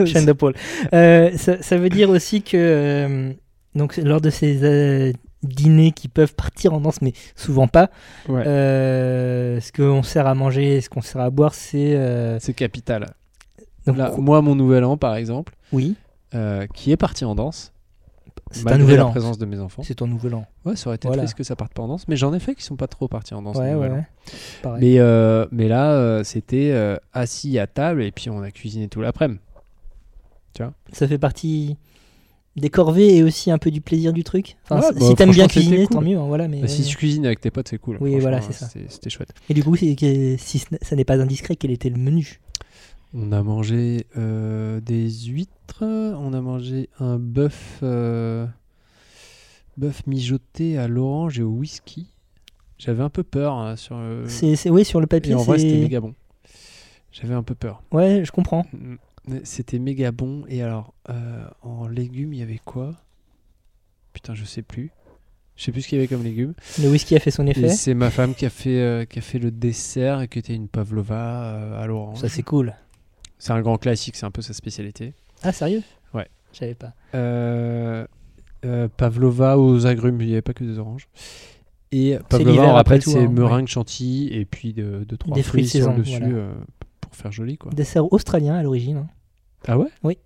S1: Chaîne de Paul. Euh, ça, ça veut dire aussi que. euh, donc, lors de ces. euh, dîners qui peuvent partir en danse mais souvent pas
S2: Ouais.
S1: euh, ce qu'on sert à manger et ce qu'on sert à boire c'est euh,
S2: C'est capital.
S1: donc
S2: Là, moi, mon nouvel an, par exemple,
S1: oui
S2: euh, qui est parti en danse,
S1: c'est
S2: malgré
S1: un nouvel
S2: la
S1: an
S2: présence de mes enfants.
S1: c'est ton nouvel an
S2: Ouais, ça aurait été
S1: Voilà.
S2: triste que ça parte pas en danse, mais j'en ai fait qui sont pas trop partis en danse.
S1: ouais
S2: le
S1: ouais,
S2: nouvel an.
S1: ouais. Pareil.
S2: Mais, euh, mais là, euh, c'était euh, assis à table et puis on a cuisiné tout l'après-midi.
S1: ça fait partie des corvées et aussi un peu du plaisir du truc. Enfin,
S2: Ouais,
S1: si-
S2: bah,
S1: si t'aimes bien
S2: franchement, c'était
S1: cuisiner,
S2: cool.
S1: tant mieux. hein, voilà, mais,
S2: Bah, si tu cuisines avec tes potes, c'est cool.
S1: Oui,
S2: Franchement,
S1: voilà,
S2: hein,
S1: c'est ça.
S2: c'était- C'était chouette.
S1: Et du coup, c'est que- si ce n- ça n'est pas indiscret, quel était le menu
S2: On a mangé euh, des huîtres, on a mangé un bœuf. euh, bœuf mijoté à l'orange et au whisky. J'avais un peu peur hein, sur. euh,
S1: C'est, c'est- oui, sur le
S2: Et
S1: papier,
S2: en vrai, c'était
S1: c'est.
S2: méga bon. J'avais un peu peur.
S1: Ouais, je comprends.
S2: Mm. C'était méga bon. Et alors, euh, en légumes, il y avait quoi Putain, je sais plus. Je sais plus ce qu'il y avait comme légumes.
S1: Le whisky a fait son
S2: Et
S1: effet.
S2: c'est ma femme qui a fait euh, qui a fait le dessert et qui était une pavlova euh, à l'orange.
S1: Ça, c'est cool.
S2: C'est un grand classique, c'est un peu sa spécialité.
S1: Ah, sérieux
S2: Ouais.
S1: Je savais pas.
S2: Euh, euh, pavlova aux agrumes, il n'y avait pas que des oranges. Et pavlova,
S1: l'hiver,
S2: on rappelle,
S1: après tout,
S2: c'est
S1: hein,
S2: meringue, chantilly et puis de, de trois
S1: Des fruits
S2: fruits,
S1: de
S2: sur le
S1: saison,
S2: dessus
S1: voilà.
S2: euh, pour faire joli quoi.
S1: Dessert australien à l'origine. hein.
S2: Ah ouais
S1: Oui.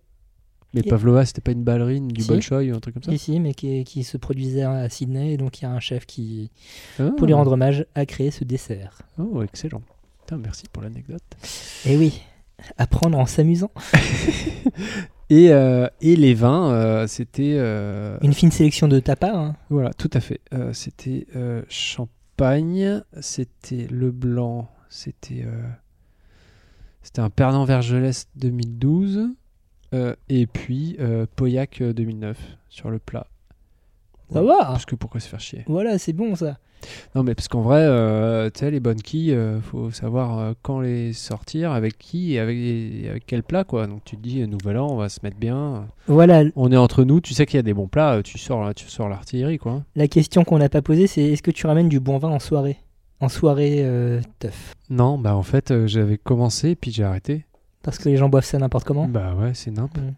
S2: Mais
S1: Et-
S2: Pavlova, c'était pas une ballerine du
S1: Si.
S2: Bolshoi ou un truc comme ça
S1: Si, si, mais qui, qui se produisait à Sydney. Et donc, il y a un chef qui,
S2: Ah.
S1: pour lui rendre hommage, a créé ce dessert.
S2: Oh, excellent. Putain, merci pour l'anecdote.
S1: Et Eh oui, apprendre en s'amusant.
S2: Et, euh, et les vins, euh, c'était. euh,
S1: Une fine sélection de tapas. hein.
S2: Voilà, tout à fait. Euh, c'était euh, champagne, c'était le blanc, c'était. euh, c'était un Pernod Vergelès 2012. euh, et puis euh, Pauillac euh, 2009 sur le plat.
S1: Ah. Ça
S2: Ouais.
S1: va
S2: Parce que pourquoi se faire chier
S1: Voilà, c'est bon ça.
S2: Non, mais parce qu'en vrai, euh, tu sais, les bonnes quilles, euh, faut savoir euh, quand les sortir, avec qui et avec, et avec quel plat, quoi. Donc tu te dis, euh, nouvel an, on va se mettre bien.
S1: Voilà,
S2: On est entre nous, tu sais qu'il y a des bons plats, euh, tu sors, tu sors l'artillerie, quoi.
S1: la question qu'on n'a pas posée, c'est est-ce que tu ramènes du bon vin en soirée En soirée euh, teuf.
S2: Non, bah en fait, euh, j'avais commencé, puis j'ai arrêté.
S1: Parce que les gens boivent ça n'importe comment.
S2: Bah ouais, c'est nimp.
S1: Mm.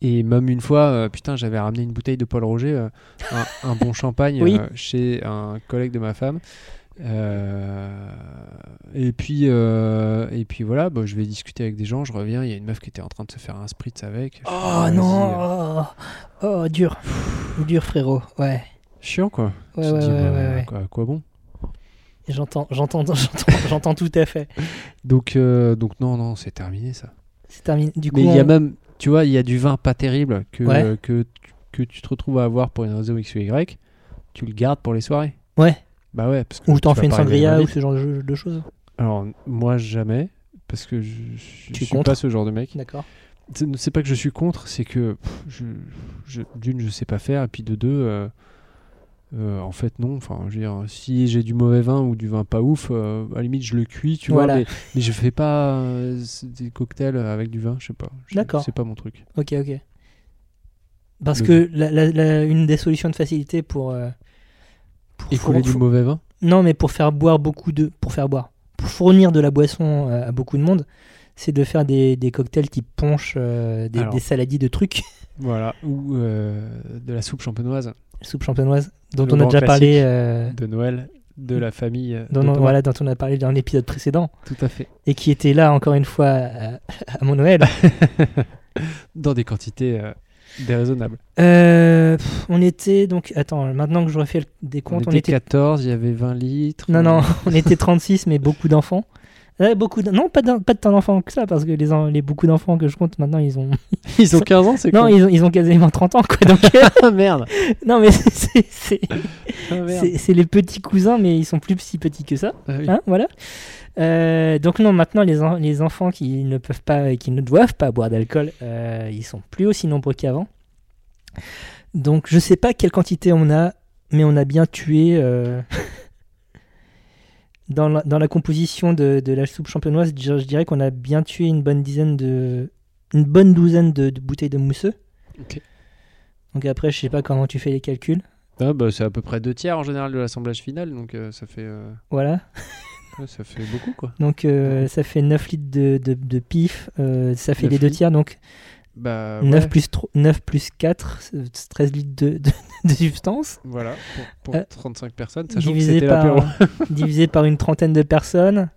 S2: Et même une fois, euh, putain, j'avais ramené une bouteille de Paul Roger, euh, un, un bon champagne,
S1: Oui.
S2: euh, chez un collègue de ma femme. Euh, et puis, euh, et puis voilà, bah, je vais discuter avec des gens, je reviens, il y a une meuf qui était en train de se faire un spritz avec. Je fais,
S1: Oh
S2: ah, vas-y, euh,
S1: non oh, oh, dur. dur frérot. Ouais.
S2: Chiant quoi.
S1: Ouais,
S2: Je
S1: ouais,
S2: me
S1: ouais,
S2: dis,
S1: ouais,
S2: bah,
S1: ouais.
S2: à Quoi, à quoi bon
S1: J'entends, j'entends, [laughs] j'entends, j'entends tout à fait.
S2: donc, euh, donc non, non, c'est terminé ça.
S1: C'est terminé. Du coup,
S2: Mais il y a
S1: on-
S2: même, tu vois, il y a du vin pas terrible que,
S1: Ouais.
S2: euh, que, tu- que tu te retrouves à avoir pour une raison X ou Y, tu le gardes pour les soirées.
S1: Ouais.
S2: Bah ouais, parce que
S1: ou t'en
S2: tu
S1: fais une
S2: vas pas arriver
S1: sangria
S2: à
S1: ou
S2: vite.
S1: ce genre de, jeu- de choses.
S2: Alors, moi, jamais, parce que je, je,
S1: Tu
S2: je suis
S1: contre
S2: pas ce genre de mec.
S1: D'accord.
S2: C'est c'est pas que je suis contre, c'est que pff, je, je- d'une, je sais pas faire, et puis de deux, euh, euh, en fait, non. Enfin, je veux dire, si j'ai du mauvais vin ou du vin pas ouf, euh, à la limite, je le cuis, tu
S1: Voilà.
S2: vois, mais, mais je fais pas euh, c- des cocktails avec du vin, je sais pas. Je-
S1: D'accord.
S2: C'est pas mon truc.
S1: Ok, ok. Parce
S2: Le-
S1: que la- la- la- une des solutions de facilité pour. euh, pour
S2: Écouler
S1: four-
S2: du mauvais vin
S1: Non, mais pour faire boire beaucoup de. Pour faire boire. Pour fournir de la boisson euh, à beaucoup de monde, c'est de faire des, des cocktails qui ponchent euh, des,
S2: Alors.
S1: des saladies de trucs, [laughs]
S2: Voilà, ou euh, de la soupe champenoise
S1: soupe champenoise, dont
S2: Le
S1: on a
S2: grand
S1: déjà parlé.
S2: classique.
S1: euh,
S2: de Noël, de la famille. euh,
S1: dont
S2: de
S1: on-
S2: Thomas.
S1: voilà, dont on a parlé dans l'épisode précédent,
S2: Tout à fait.
S1: et qui était là encore une fois à, [laughs] à mon
S2: [laughs]
S1: Noël.
S2: Dans des quantités euh, déraisonnables.
S1: Euh, pff, on était donc. Attends, maintenant que j'aurais fait le décompte,
S2: on, était 14, il y avait 20 litres.
S1: Non, non, on était 36, mais beaucoup d'enfants. Ouais, beaucoup d'en- non, pas, d'en- pas de tant d'enfants que ça, parce que les, en- les beaucoup d'enfants que je compte maintenant, ils ont.
S2: [laughs] Ils ont 15 ans, c'est
S1: Non,
S2: con.
S1: ils ont, ils ont quasiment 30 ans, quoi.
S2: [laughs]
S1: Donc, [laughs]
S2: Ah merde.
S1: non, mais c'est- c'est- c'est
S2: Ah, merde.
S1: [laughs] c'est- c'est les petits cousins, mais ils sont plus si petits que ça.
S2: Ah oui.
S1: Hein, voilà. Euh, donc, non, maintenant, les, en- les enfants qui ne peuvent pas et qui ne doivent pas boire d'alcool, euh, ils sont plus aussi nombreux qu'avant. Donc, je sais pas quelle quantité on a, mais on a bien tué. euh, [laughs] dans, la, dans la composition de, de la soupe champenoise, je, je dirais qu'on a bien tué une bonne dizaine de. une bonne douzaine de, de bouteilles de mousseux.
S2: Ok.
S1: Donc après, je sais pas comment tu fais les calculs.
S2: Ah, bah, c'est à peu près deux tiers en général de l'assemblage final, donc euh, ça, fait, euh,
S1: Voilà.
S2: ouais, ça fait beaucoup quoi.
S1: Donc euh, ça fait 9 litres de, de, de pif. euh, ça fait
S2: Neuf
S1: les deux
S2: litres.
S1: tiers. Donc
S2: Bah,
S1: 9,
S2: ouais,
S1: plus 9 plus 4, c'est 13 litres de, [laughs] de, de substance.
S2: Voilà, pour, pour
S1: Euh,
S2: 35 personnes, sachant que
S1: Divisé
S2: c'était
S1: par,
S2: l'apéro.
S1: [laughs]
S2: [laughs]
S1: divisé par une trentaine de personnes.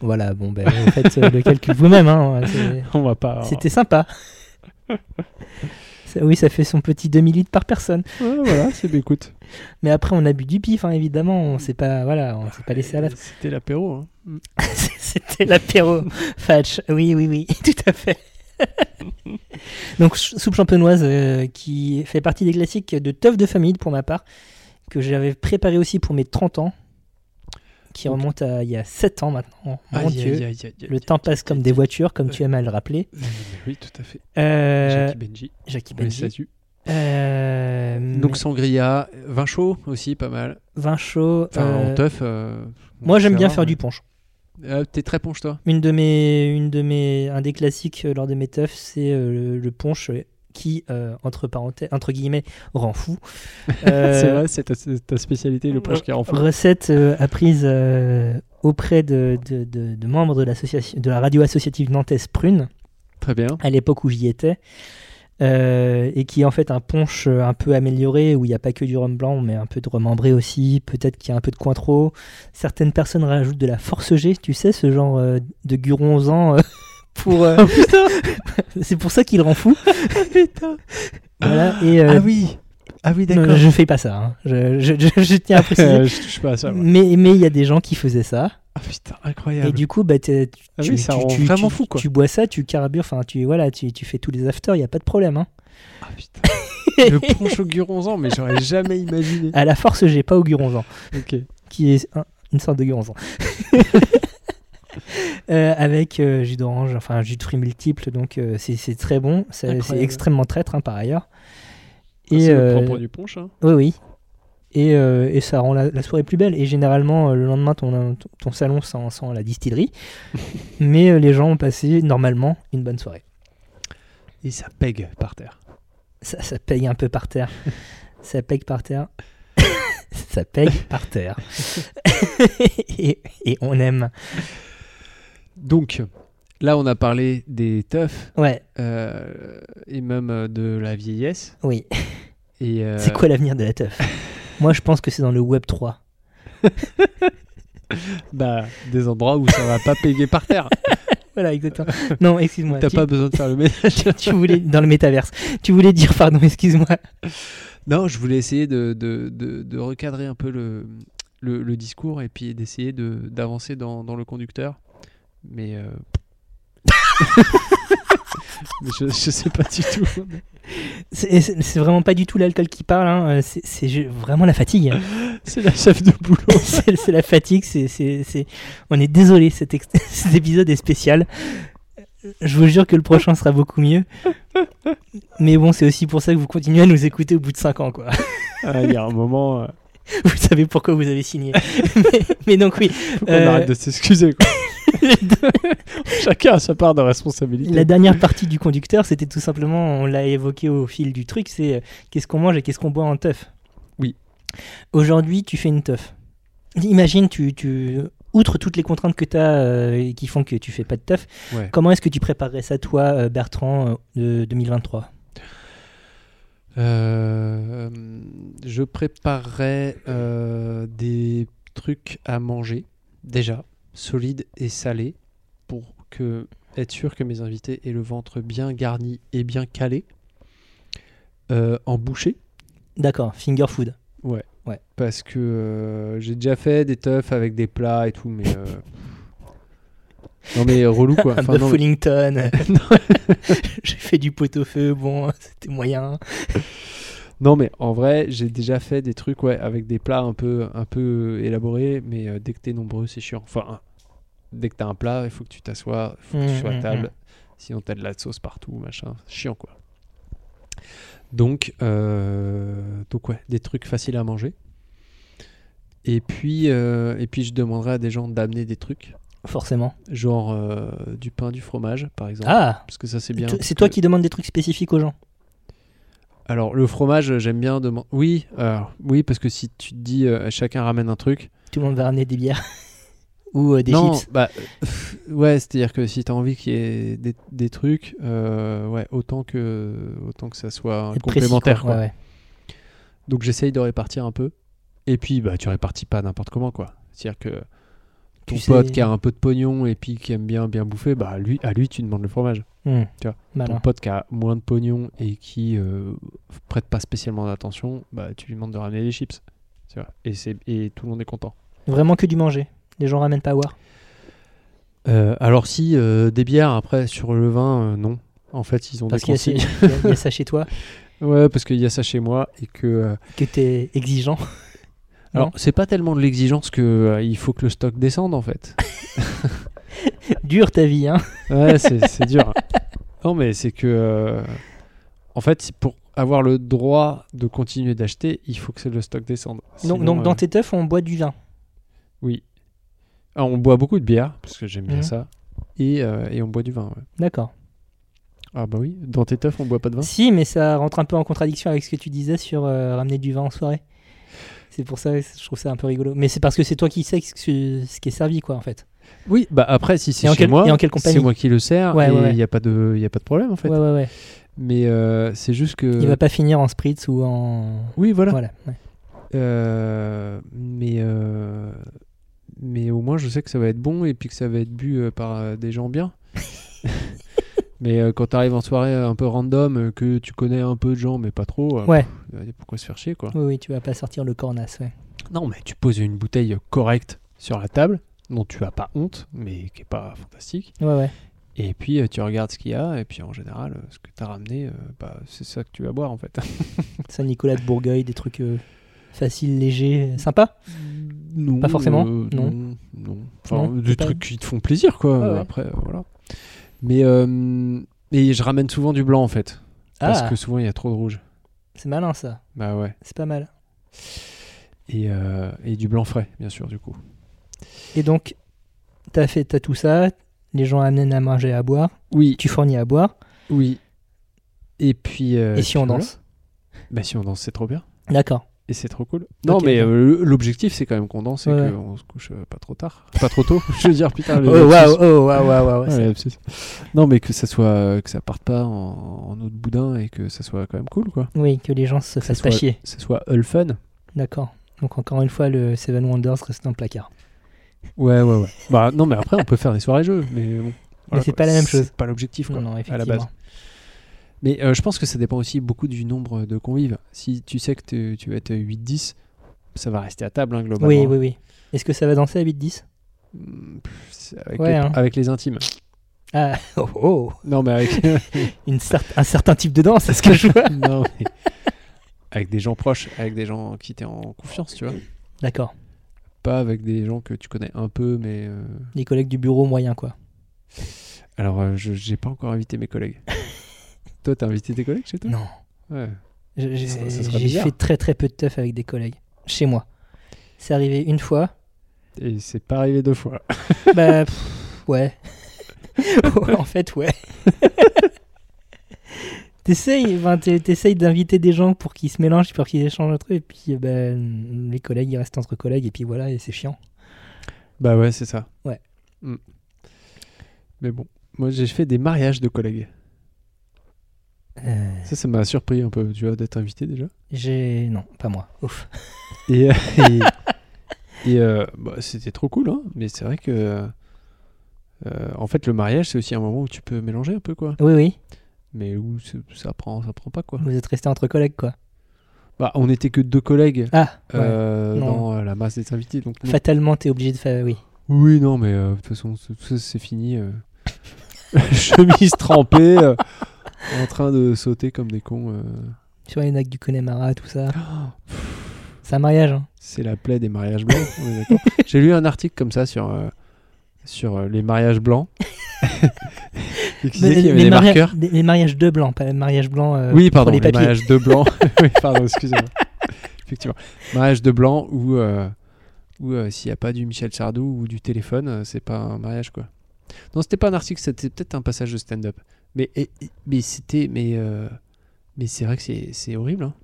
S1: Voilà, bon, ben faites euh, le calcul vous-même. hein,
S2: [laughs]
S1: c'est-
S2: On va pas.
S1: C'était sympa. Ça- oui, ça fait son petit demi-litre par personne.
S2: Ouais, voilà, c'est
S1: [laughs]
S2: bah, écoute.
S1: Mais après, on a bu du pif, hein, évidemment. On s'est pas, voilà, on s'est pas laissé à la
S2: C'était l'apéro. hein. Mm.
S1: [laughs] C'était l'apéro Fatch. Oui, oui, [laughs] oui, tout à fait. Donc, ch- soupe champenoise euh, qui fait partie des classiques de teuf de famille pour ma part, que j'avais préparé aussi pour mes 30 ans, qui
S2: Ok.
S1: remonte à il y a 7 ans maintenant. Mon
S2: Aïe,
S1: Dieu.
S2: aïe, aïe, aïe, aïe,
S1: Le temps passe comme des voitures, comme tu aimes à le rappeler.
S2: aïe. [laughs] Oui, tout à fait.
S1: Euh,
S2: Jackie Benji. Mm.
S1: Jackie
S2: Mais
S1: Benji.
S2: ça tue.
S1: Euh,
S2: Donc
S1: mais
S2: sangria, vin chaud aussi, pas mal.
S1: vin chaud.
S2: Enfin,
S1: euh,
S2: en teuf. euh,
S1: moi,
S2: on
S1: j'aime bien
S2: verra,
S1: faire
S2: mais-
S1: du punch.
S2: Euh, T'es très ponche, toi
S1: Une de mes, une de mes, un des classiques euh, lors de mes teufs, c'est euh, le, le punch euh, qui, euh, entre parenthèses, entre guillemets, rend fou. Euh,
S2: [laughs] C'est vrai, c'est ta, c'est ta spécialité, le ponche
S1: euh,
S2: qui est en fond.
S1: Recette euh, apprise euh, auprès de, de- de- de membres de, l'association- de la radio associative nantaise Prune,
S2: Très bien.
S1: à l'époque où j'y étais, euh, et qui est en fait un punch euh, un peu amélioré, où il n'y a pas que du rhum blanc, mais un peu de rhum ambré aussi, peut-être qu'il y a un peu de cointreau. Certaines personnes rajoutent de la force G, tu sais, ce genre euh, de guronzan. euh, pour, euh, c'est pour ça qu'il rend
S2: [laughs]
S1: fou. Voilà, et, euh,
S2: ah oui Ah oui,
S1: non,
S2: d'accord. [laughs]
S1: je ne fais pas ça. hein. Je, je- je- je tiens à préciser.
S2: Euh, je touche pas à ça. moi.
S1: Mais mais il y a des gens qui faisaient ça.
S2: Ah putain,
S1: Et
S2: incroyable.
S1: du coup, bah, t'es- tu,
S2: Ah oui, ça
S1: tu-
S2: rend
S1: tu-
S2: vraiment
S1: tu-
S2: fou, quoi.
S1: tu bois ça, tu carbures, enfin, tu, voilà, tu, tu fais tous les afters, il n'y a pas de problème. hein.
S2: Ah [laughs] putain. le ponche au guronzan, mais j'aurais jamais imaginé.
S1: À la force, j'ai pas au Guronzan,
S2: Ok.
S1: qui est un- une sorte de
S2: [laughs]
S1: Guronzan. Euh, avec euh, jus d'orange, enfin jus de fruits multiples, donc euh, c'est- c'est très bon. C'est c'est
S2: Incroyable. Ah,
S1: extrêmement traître, hein, par ailleurs.
S2: C'est
S1: euh,
S2: le propre du ponche. Hein.
S1: Oui, oui. Et, euh, et ça rend la, la soirée plus belle. Et généralement, euh, le lendemain, ton, ton- ton salon sent, sent la distillerie.
S2: [laughs]
S1: Mais euh, les gens ont passé normalement une bonne soirée.
S2: Et ça pègue par terre.
S1: Ça, ça paye un peu par
S2: [laughs]
S1: terre. ça paye par terre. [laughs] ça paye par
S2: [laughs]
S1: terre. et, et on aime.
S2: Donc, là, on a parlé des teufs
S1: Ouais,
S2: euh, et même euh, de la vieillesse.
S1: oui.
S2: Et, euh,
S1: C'est quoi l'avenir de la
S2: [laughs]
S1: teuf Moi, je pense que c'est dans le Web 3.
S2: bah, Des endroits où ça va pas [laughs] péguer par terre.
S1: Voilà, exactement.
S2: [laughs]
S1: Non, excuse-moi.
S2: T'as
S1: tu-
S2: pas besoin de faire le ménage.
S1: [laughs] tu voulais dans le métaverse. Tu voulais dire pardon, excuse-moi.
S2: [laughs] Non, je voulais essayer de, de, de- de recadrer un peu le, le, le discours et puis d'essayer de- d'avancer dans, dans le conducteur. Mais. [laughs] euh, Mais je, je sais pas du tout.
S1: C'est c'est- c'est vraiment pas du tout l'alcool qui parle, hein. euh, c'est- c'est ju- vraiment la fatigue. [laughs]
S2: C'est la chef de boulot.
S1: c'est c'est la fatigue, c'est- c'est. c'est- On est désolé, cet, ex- [laughs] cet épisode est spécial. Euh, Je vous jure que le prochain sera beaucoup mieux. Mais bon, c'est aussi pour ça que vous continuez à nous écouter au bout de 5 ans, quoi. [laughs]
S2: Ah, Il y a un moment, euh,
S1: Vous savez pourquoi vous avez signé. [laughs] mais, mais donc, oui,
S2: on
S1: Euh,
S2: arrête de s'excuser. [laughs] quoi. Chacun a sa part de responsabilité.
S1: la dernière partie du conducteur, c'était tout simplement, on l'a évoqué au fil du truc, c'est euh, qu'est-ce qu'on mange et qu'est-ce qu'on boit en teuf.
S2: Oui.
S1: Aujourd'hui, tu fais une teuf. Imagine, tu, tu, outre toutes les contraintes que tu as et qui font que tu fais pas de teuf,
S2: Ouais.
S1: comment est-ce que tu préparerais ça, toi, euh, Bertrand, euh, de 2023
S2: Euh, je préparerais euh, des trucs à manger déjà solides et salés pour que être sûr que mes invités aient le ventre bien garni et bien calé Euh, en bouchée
S1: D'accord, finger food.
S2: parce que euh, j'ai déjà fait des teufs avec des plats et tout mais euh, non mais relou
S1: [laughs]
S2: quoi
S1: Un
S2: Enfin,
S1: bœuf
S2: non, mais-
S1: Wellington. [laughs] J'ai fait du pot-au-feu, bon, c'était moyen.
S2: Non, mais en vrai, j'ai déjà fait des trucs ouais, avec des plats un peu, un peu élaborés, mais euh, dès que t'es nombreux, c'est chiant. Enfin, hein, dès que t'as un plat, il faut que tu t'assoies, il faut que tu
S1: Mm,
S2: sois à
S1: mm, mm.
S2: table, sinon t'as de la sauce partout, machin. C'est Chiant, quoi. Donc, euh, donc ouais, des trucs faciles à manger. Et puis, euh, et puis je demanderai à des gens d'amener des trucs,
S1: Forcément.
S2: genre euh, du pain, du fromage, par exemple.
S1: Ah
S2: Parce que ça, c'est bien.
S1: Toi-
S2: parce
S1: C'est toi
S2: que-
S1: qui demandes des trucs spécifiques aux gens.
S2: alors, le fromage, euh, j'aime bien demander. Oui, euh, oui, parce que si tu te dis euh, chacun ramène un truc.
S1: Tout le monde va ramener des bières. [laughs] Ou euh, des
S2: non,
S1: chips.
S2: bah, euh, ouais, c'est-à-dire que si tu as envie qu'il y ait des, des trucs, euh, ouais, autant que, autant que ça soit
S1: Être précis,
S2: complémentaire. quoi.
S1: Ouais, ouais.
S2: Donc, j'essaye de répartir un peu. Et puis, bah, tu répartis pas n'importe comment, quoi. C'est-à-dire que ton
S1: Tu
S2: pote
S1: sais-
S2: qui a un peu de pognon et puis qui aime bien bien bouffer, bah, lui, à lui, tu demandes le fromage.
S1: Hmm.
S2: Mm, Tu vois, Ton
S1: Malin.
S2: pote qui a moins de pognon et qui euh, prête pas spécialement d'attention, bah, tu lui demandes de ramener des chips. Tu vois, et, c'est- et tout le monde est content.
S1: Vraiment que du manger. Les gens ramènent pas à boire.
S2: Euh, alors si euh, des bières après sur le vin, euh, non. En fait, ils ont
S1: Parce qu'il y,
S2: des
S1: a ces-
S2: consignes.
S1: il y a- il y a ça chez toi,
S2: [laughs] Ouais, parce qu'il y a ça chez moi et que. euh,
S1: que t'es exigeant. [laughs]
S2: alors, c'est pas tellement de l'exigence que euh, il faut que le stock descende en fait.
S1: Dure ta vie, hein.
S2: [laughs] Ouais, c'est c'est dur. Non, mais c'est que. euh, en fait, c'est pour avoir le droit de continuer d'acheter, il faut que le stock descende.
S1: Donc,
S2: Sinon,
S1: donc
S2: euh,
S1: dans tes teufs, on boit du vin.
S2: Oui. Ah, on boit beaucoup de bière, parce que j'aime bien
S1: Mhm.
S2: ça. Et, euh, et on boit du vin. ouais.
S1: D'accord.
S2: Ah bah oui, dans tes teufs, on boit pas de vin.
S1: Si, mais ça rentre un peu en contradiction avec ce que tu disais sur euh, ramener du vin en soirée. C'est pour ça que je trouve ça un peu rigolo. Mais c'est parce que c'est toi qui sais ce, que- ce qui est servi, quoi, en fait.
S2: Oui, bah après, si c'est
S1: Et en
S2: chez
S1: quelle-
S2: moi,
S1: et en quelle
S2: c'est
S1: compagnie
S2: moi qui le sers,
S1: Ouais,
S2: et il
S1: ouais, ouais.
S2: n'y a, pas de- y a pas de problème en fait.
S1: Ouais, ouais, ouais.
S2: Mais euh, c'est juste que...
S1: Il va pas finir en spritz ou en.
S2: Oui, voilà.
S1: Voilà. ouais.
S2: Euh, mais, euh, mais au moins, je sais que ça va être bon et puis que ça va être bu euh, par euh, des
S1: [laughs]
S2: gens bien. mais euh, quand t'arrives en soirée euh, un peu random, euh, que tu connais un peu de gens, mais pas trop, euh,
S1: Ouais.
S2: pff, euh, pourquoi se faire chier quoi
S1: Oui, oui, tu vas pas sortir le cornasse, ouais.
S2: Non, mais tu poses une bouteille correcte sur la table, dont tu as pas honte, mais qui est pas fantastique.
S1: Ouais, ouais.
S2: Et puis euh, tu regardes ce qu'il y a, et puis en général, euh, ce que t'as ramené, euh, bah, c'est ça que tu vas boire en fait.
S1: Saint-Nicolas de Bourgueil, des trucs euh, faciles, légers, euh, sympas.
S2: Non,
S1: Pas forcément,
S2: euh,
S1: non.
S2: non. non. Enfin,
S1: Non,
S2: des
S1: c'est pas-
S2: trucs qui te font plaisir, quoi.
S1: Ouais, ouais.
S2: Après, euh, voilà. Mais euh, et je ramène souvent du blanc, en fait. Parce
S1: Ah,
S2: que souvent, il y a trop de rouge.
S1: c'est malin ça.
S2: Bah ouais.
S1: C'est pas mal.
S2: Et, euh, et du blanc frais, bien sûr, du coup.
S1: Et donc, t'as fait t'as tout ça, les gens amènent à manger et à boire,
S2: Oui,
S1: tu fournis à boire,
S2: oui. Et puis. euh,
S1: et si on
S2: voilà.
S1: danse
S2: Bah, si on danse, c'est trop bien.
S1: D'accord.
S2: Et c'est trop cool. Non, mais
S1: ok.
S2: euh, l'objectif, c'est quand même qu'on danse et
S1: Ouais, ouais.
S2: qu'on se couche euh, pas trop tard. Pas trop tôt. [laughs] je veux dire, putain. le
S1: Oh, waouh,
S2: lapsus.
S1: oh, waouh, waouh, waouh.
S2: Ouais,
S1: c'est-
S2: le lapsus. Non, mais que ça soit. euh, que ça parte pas en, en eau de boudin et que ça soit quand même cool, quoi.
S1: Oui, que les gens se
S2: ça
S1: fassent pas
S2: soit-
S1: chier.
S2: ce soit all fun.
S1: D'accord. Donc, encore une fois, le Seven Wonders reste dans le placard.
S2: Ouais, ouais, ouais. bah non, mais après, on peut faire des soirées jeux, mais bon.
S1: c'est
S2: quoi.
S1: pas la même chose. Mm.
S2: pas l'objectif, quoi,
S1: Non, non,
S2: à
S1: effectivement.
S2: la base. Mais euh, je pense que ça dépend aussi beaucoup du nombre de convives. Si tu sais que t'es- tu vas être 8-10, ça va rester à table, hein, globalement.
S1: Oui, oui, oui. Est-ce que ça va danser à 8-10
S2: Mm, pff, c'est Avec,
S1: Ouais,
S2: les,
S1: hein.
S2: avec les intimes.
S1: Ah, [laughs] oh, oh
S2: Non,
S1: [laughs]
S2: mais avec,
S1: Une cer- Un certain type de danse, est-ce que je vois
S2: [laughs] non, mais avec des gens proches, avec des gens qui t'es en confiance, tu vois.
S1: D'accord.
S2: Pas avec des gens que tu connais un peu, mais. euh,
S1: Les collègues du bureau moyen, quoi.
S2: Alors, euh, je j'ai pas encore invité mes collègues. toi, t'as invité tes collègues chez toi
S1: Non.
S2: Ouais.
S1: Je- J'ai
S2: Ça- ça serait
S1: j'ai
S2: bizarre.
S1: fait très très peu de teuf avec des collègues chez moi. C'est arrivé une
S2: [laughs]
S1: fois.
S2: Et c'est pas arrivé deux fois.
S1: bah pff, ouais. [laughs] Ouais, en fait ouais. [laughs] T'essayes, ben, t'es- t'essayes d'inviter des gens pour qu'ils se mélangent, pour qu'ils échangent entre eux, et puis euh, ben, les collègues ils restent entre collègues, et puis voilà, et c'est chiant.
S2: Bah ouais, c'est ça.
S1: Ouais.
S2: Mm. Mais bon, moi j'ai fait des mariages de collègues.
S1: Euh,
S2: Ça, ça m'a surpris un peu, tu vois, d'être invité déjà.
S1: j'ai. Non, pas moi. Ouf.
S2: Et, euh, [laughs] et- et, euh, bah, c'était trop cool, hein. Mais c'est vrai que. euh, en fait, le mariage, c'est aussi un moment où tu peux mélanger un peu, quoi.
S1: Oui, oui,
S2: Mais où c'est- ça prend, ça prend pas, quoi.
S1: vous êtes restés entre collègues quoi.
S2: Bah, on était que deux collègues
S1: Ah, ouais.
S2: euh,
S1: non.
S2: dans euh, la masse des invités. Donc, non.
S1: fatalement t'es obligé de faire. Oui.
S2: Oui, non, mais euh, de toute façon, c'est- tout ça, c'est fini. euh. [laughs] Chemise trempée, euh, en train de sauter comme des cons. euh. [gasps]
S1: Sur les lacs du Connemara, tout ça. C'est un mariage, hein.
S2: C'est la plaie des mariages blancs. on
S1: [laughs]
S2: est d'accord. J'ai lu un article comme ça sur, euh, sur euh, les
S1: [laughs]
S2: mariages blancs. Et qui disait qu'il y avait des
S1: maria-
S2: marqueurs.
S1: des- les mariages de blanc, pas les mariages blancs euh,
S2: oui,
S1: pour
S2: pardon,
S1: les
S2: les,
S1: papiers.
S2: mariages de
S1: [laughs]
S2: blanc. oui, pardon, excusez-moi. Effectivement. Mariage de blanc où, euh, où euh, s'il n'y a pas du Michel Sardou ou du téléphone, euh, c'est pas un mariage, quoi. Non, c'était pas un article, c'était peut-être un passage de stand-up. Mais, et- et- mais c'était. Mais, euh, mais c'est vrai que c'est c'est
S1: [laughs]
S2: horrible, hein.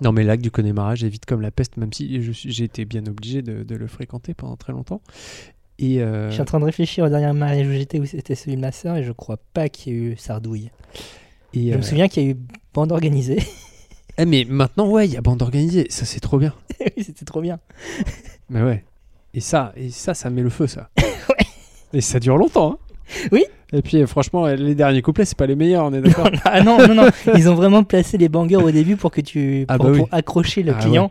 S2: Non, mais lac du Connemara, j'évite comme la peste, même si je suis- j'ai été bien obligé de, de le fréquenter pendant très longtemps. Et euh,
S1: Je suis en train de réfléchir au dernier mariage où j'étais, où c'était celui de ma sœur, et je crois pas qu'il y ait eu Sardouille.
S2: et,
S1: Je
S2: euh,
S1: me souviens qu'il y a eu bande organisée. [laughs]
S2: eh, mais maintenant, ouais, il y a bande organisée, ça c'est trop bien.
S1: Oui, c'était trop bien.
S2: Mais ouais. Et ça, et ça, ça met le
S1: [laughs]
S2: feu, ça. Et ça dure longtemps. hein.
S1: Oui.
S2: Et puis, euh, franchement, euh, les derniers couplets, c'est pas les meilleurs, on est
S1: [laughs]
S2: d'accord.
S1: ah non, non, non. Ils ont vraiment placé les bangers au début pour que tu
S2: Ah
S1: pour,
S2: bah oui.
S1: pour accrocher le
S2: Ah
S1: client.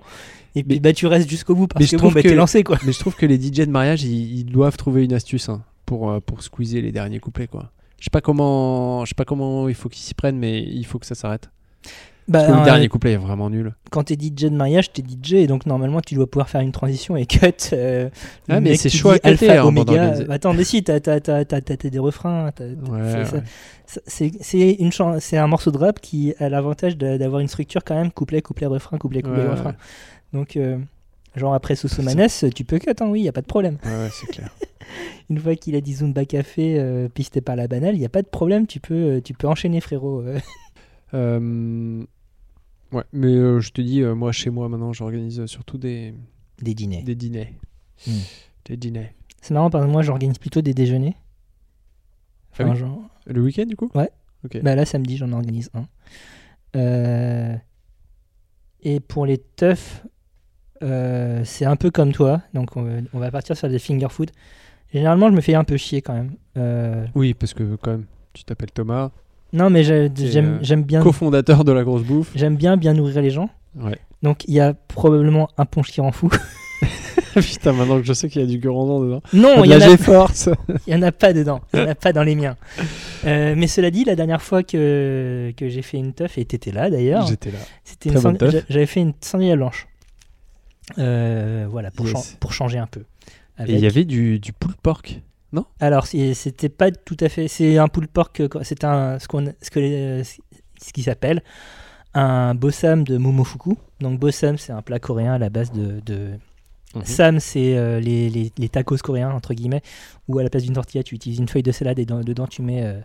S1: Et puis
S2: Mais-
S1: bah tu restes jusqu'au bout
S2: Mais
S1: parce
S2: je
S1: que bon
S2: trouve
S1: bah
S2: que-
S1: t'es lancé quoi.
S2: Mais je trouve que les DJ de mariage, ils, ils doivent trouver une astuce hein, pour euh, pour squeezer les derniers couplets, quoi. Je sais pas comment, je sais pas comment il faut qu'ils s'y prennent, mais il faut que ça s'arrête.
S1: Bah,
S2: Parce que
S1: euh,
S2: le dernier couplet est vraiment nul.
S1: Quand t'es DJ de mariage, t'es DJ, et donc normalement tu dois pouvoir faire une transition et cut. euh, le
S2: Ah, mais
S1: mec
S2: c'est
S1: qui
S2: chaud à
S1: dit
S2: cutter,
S1: Alpha,
S2: hein, en bande
S1: Oméga.
S2: organisée.
S1: Attends, mais si, t'as t'as- t'as- t'as- t'as- t'as des refrains. t'as- t'as-
S2: Ouais,
S1: c'est- ça-
S2: ouais.
S1: ça- C'est c'est une chan- c'est un morceau de rap qui a l'avantage d'a- d'avoir une structure quand même couplet, couplet, refrain, couplet, couplet,
S2: Ouais, ouais.
S1: refrain. Donc, euh, genre après Soussoumanes, tu peux cut, hein, oui, y a pas de problème.
S2: Ouais, ouais, c'est clair.
S1: Une fois qu'il a dit Zumba Café euh, pisté par la banale, y a pas de problème, tu peux, euh, tu peux enchaîner, frérot. euh.
S2: Euh, ouais, mais euh, je te dis, euh, moi, chez moi, maintenant, j'organise euh, surtout des,
S1: Des dîners.
S2: des dîners.
S1: Mm.
S2: Des dîners.
S1: C'est marrant parce que moi j'organise plutôt des déjeuners.
S2: Ah
S1: Enfin,
S2: oui.
S1: genre-
S2: Le week-end, du coup
S1: Ouais.
S2: Ok.
S1: bah là samedi j'en organise un. Euh, Et pour les teufs, euh, c'est un peu comme toi, donc on, va- on va partir sur des finger food. Généralement je me fais un peu chier quand même. Euh,
S2: Oui, parce que quand même, tu t'appelles Thomas,
S1: Non mais j'ai-
S2: Et,
S1: j'aime
S2: euh,
S1: j'aime bien,
S2: cofondateur de la grosse
S1: [laughs]
S2: bouffe.
S1: j'aime bien bien nourrir les gens.
S2: Ouais.
S1: Donc il y a probablement un punch qui rend
S2: [laughs]
S1: fou.
S2: Putain, maintenant que je sais qu'il y a du Gurandan dedans.
S1: non,
S2: De
S1: il y en
S2: la
S1: a
S2: G-Force.
S1: Il n'y en a pas dedans, il n'y en a pas dans les miens. Euh, mais cela dit, la dernière fois que, que j'ai fait une teuf, et t'étais là d'ailleurs,
S2: J'étais là.
S1: c'était une
S2: très bonne
S1: sand-
S2: teuf.
S1: j'a- j'avais fait une sandwich à blanche. Euh, voilà, pour,
S2: Yes.
S1: chan- pour changer un peu.
S2: Et il
S1: Avec-
S2: y avait du, du pulled pork.
S1: Alors, c'est- c'était pas tout à fait. C'est un pull pork, euh, c'est un, ce, qu'on ce, que les- ce qui s'appelle un bossam de Momofuku. Donc, bossam, c'est un plat coréen à la base de, de,
S2: Mhm.
S1: Sam, c'est euh, les, les- les tacos coréens, entre guillemets, où à la place d'une tortilla, tu utilises une feuille de salade et dans- dedans, tu mets. euh,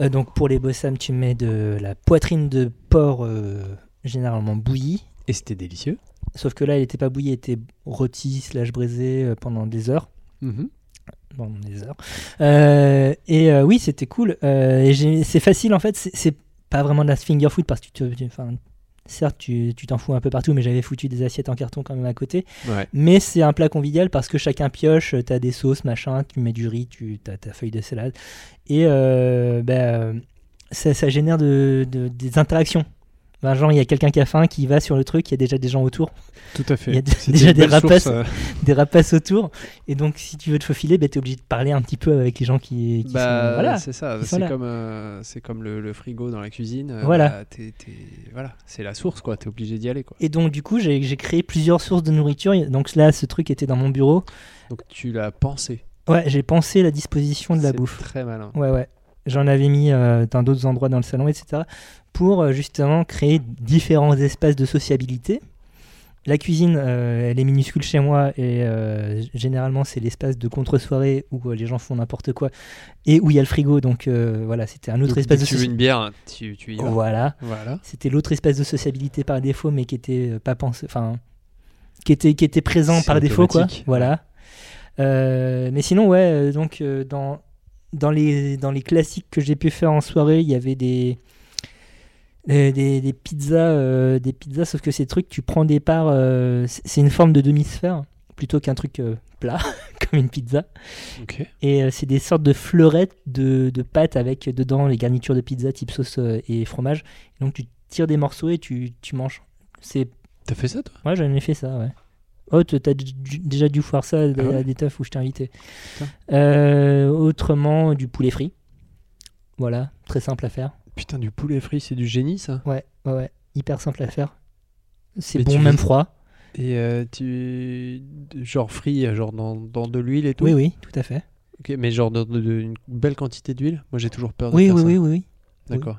S1: euh, donc pour les bossam, tu mets de la poitrine de porc euh, généralement bouillie.
S2: Et c'était délicieux.
S1: Sauf que là, elle n'était pas bouillie, elle était rôtie, slash brisée euh, pendant des heures.
S2: Mhm.
S1: Bon, des heures. Euh, et euh, oui, c'était cool. Euh, et j'ai- c'est facile en fait. C'est c'est pas vraiment de la finger food parce que tu, te- tu- enfin, certes, tu tu t'en fous un peu partout, mais j'avais foutu des assiettes en carton quand même à côté.
S2: Ouais.
S1: Mais c'est un plat convivial parce que chacun pioche, euh, t'as des sauces, machin, tu mets du riz, tu as ta feuille de salade. Et euh, bah, euh, ça, ça génère de, de- des interactions. Ben, genre, il y a quelqu'un qui a faim, qui va sur le truc, il y a déjà des gens autour,
S2: Tout à fait.
S1: Il y a d-
S2: C'était
S1: déjà
S2: une
S1: des
S2: belle
S1: rapaces.
S2: source, euh,
S1: des rapaces autour. Et donc, si tu veux te faufiler, ben, t'es obligé de parler un petit peu avec les gens qui, qui
S2: Bah,
S1: sont. Voilà.
S2: c'est ça.
S1: Ils sont
S2: C'est
S1: là.
S2: comme, euh, c'est comme le, le frigo dans la cuisine. euh,
S1: Voilà.
S2: bah, t'es- t'es- voilà. C'est la source, quoi. T'es obligé d'y aller, quoi.
S1: Et donc, du coup, j'ai j'ai créé plusieurs sources de nourriture. Donc là, ce truc était dans mon bureau.
S2: Donc tu l'as pensé.
S1: Ouais, j'ai pensé la disposition de la
S2: C'est
S1: bouffe.
S2: Très malin.
S1: Ouais, ouais. J'en avais mis euh, dans d'autres endroits dans le salon, etc. Pour euh, justement créer différents espaces de sociabilité. La cuisine, euh, elle est minuscule chez moi et euh, g- généralement c'est l'espace de contre-soirée où euh, les gens font n'importe quoi et où il y a le frigo. Donc euh, voilà, c'était un autre
S2: Donc,
S1: espace de
S2: tu veux
S1: sociabilité.
S2: une bière, hein, tu, tu y vas.
S1: Voilà.
S2: Voilà.
S1: C'était l'autre espace de sociabilité par défaut, mais qui était euh, pas pensé, enfin, qui était qui était présent
S2: C'est
S1: par défaut, quoi.
S2: automatique.
S1: Voilà. Euh, mais sinon, ouais, euh, donc euh, dans dans les dans les classiques que j'ai pu faire en soirée, il y avait des des, des- des pizzas, euh, des pizzas, sauf que ces trucs, tu prends des parts, euh, c'est c'est une forme de demi-sphère plutôt qu'un truc euh, plat [laughs] comme une pizza.
S2: Ok.
S1: Et euh, c'est des sortes de fleurettes de, de pâtes avec dedans les garnitures de pizza type sauce euh, et fromage. Donc tu tires des morceaux et tu, tu manges. C'est...
S2: T'as fait ça, toi
S1: Ouais, j'en ai fait ça, ouais. Oh, t- t'as d- d- déjà dû voir ça à,
S2: Ah ouais
S1: à des teufs où je t'ai invité.
S2: Putain.
S1: Euh, autrement, du poulet frit. Voilà, très simple à faire.
S2: Putain, du poulet frit, c'est du génie, ça.
S1: Ouais, ouais, ouais, hyper simple à faire. C'est
S2: Mais
S1: bon,
S2: tu
S1: même
S2: fais-
S1: froid.
S2: Et euh, tu. Genre frit, genre dans, dans de l'huile et tout.
S1: Oui, oui, tout à fait.
S2: Ok, mais genre dans de- de- une belle quantité d'huile. Moi, j'ai toujours peur de
S1: Oui,
S2: faire
S1: oui,
S2: ça.
S1: oui, oui, oui.
S2: D'accord.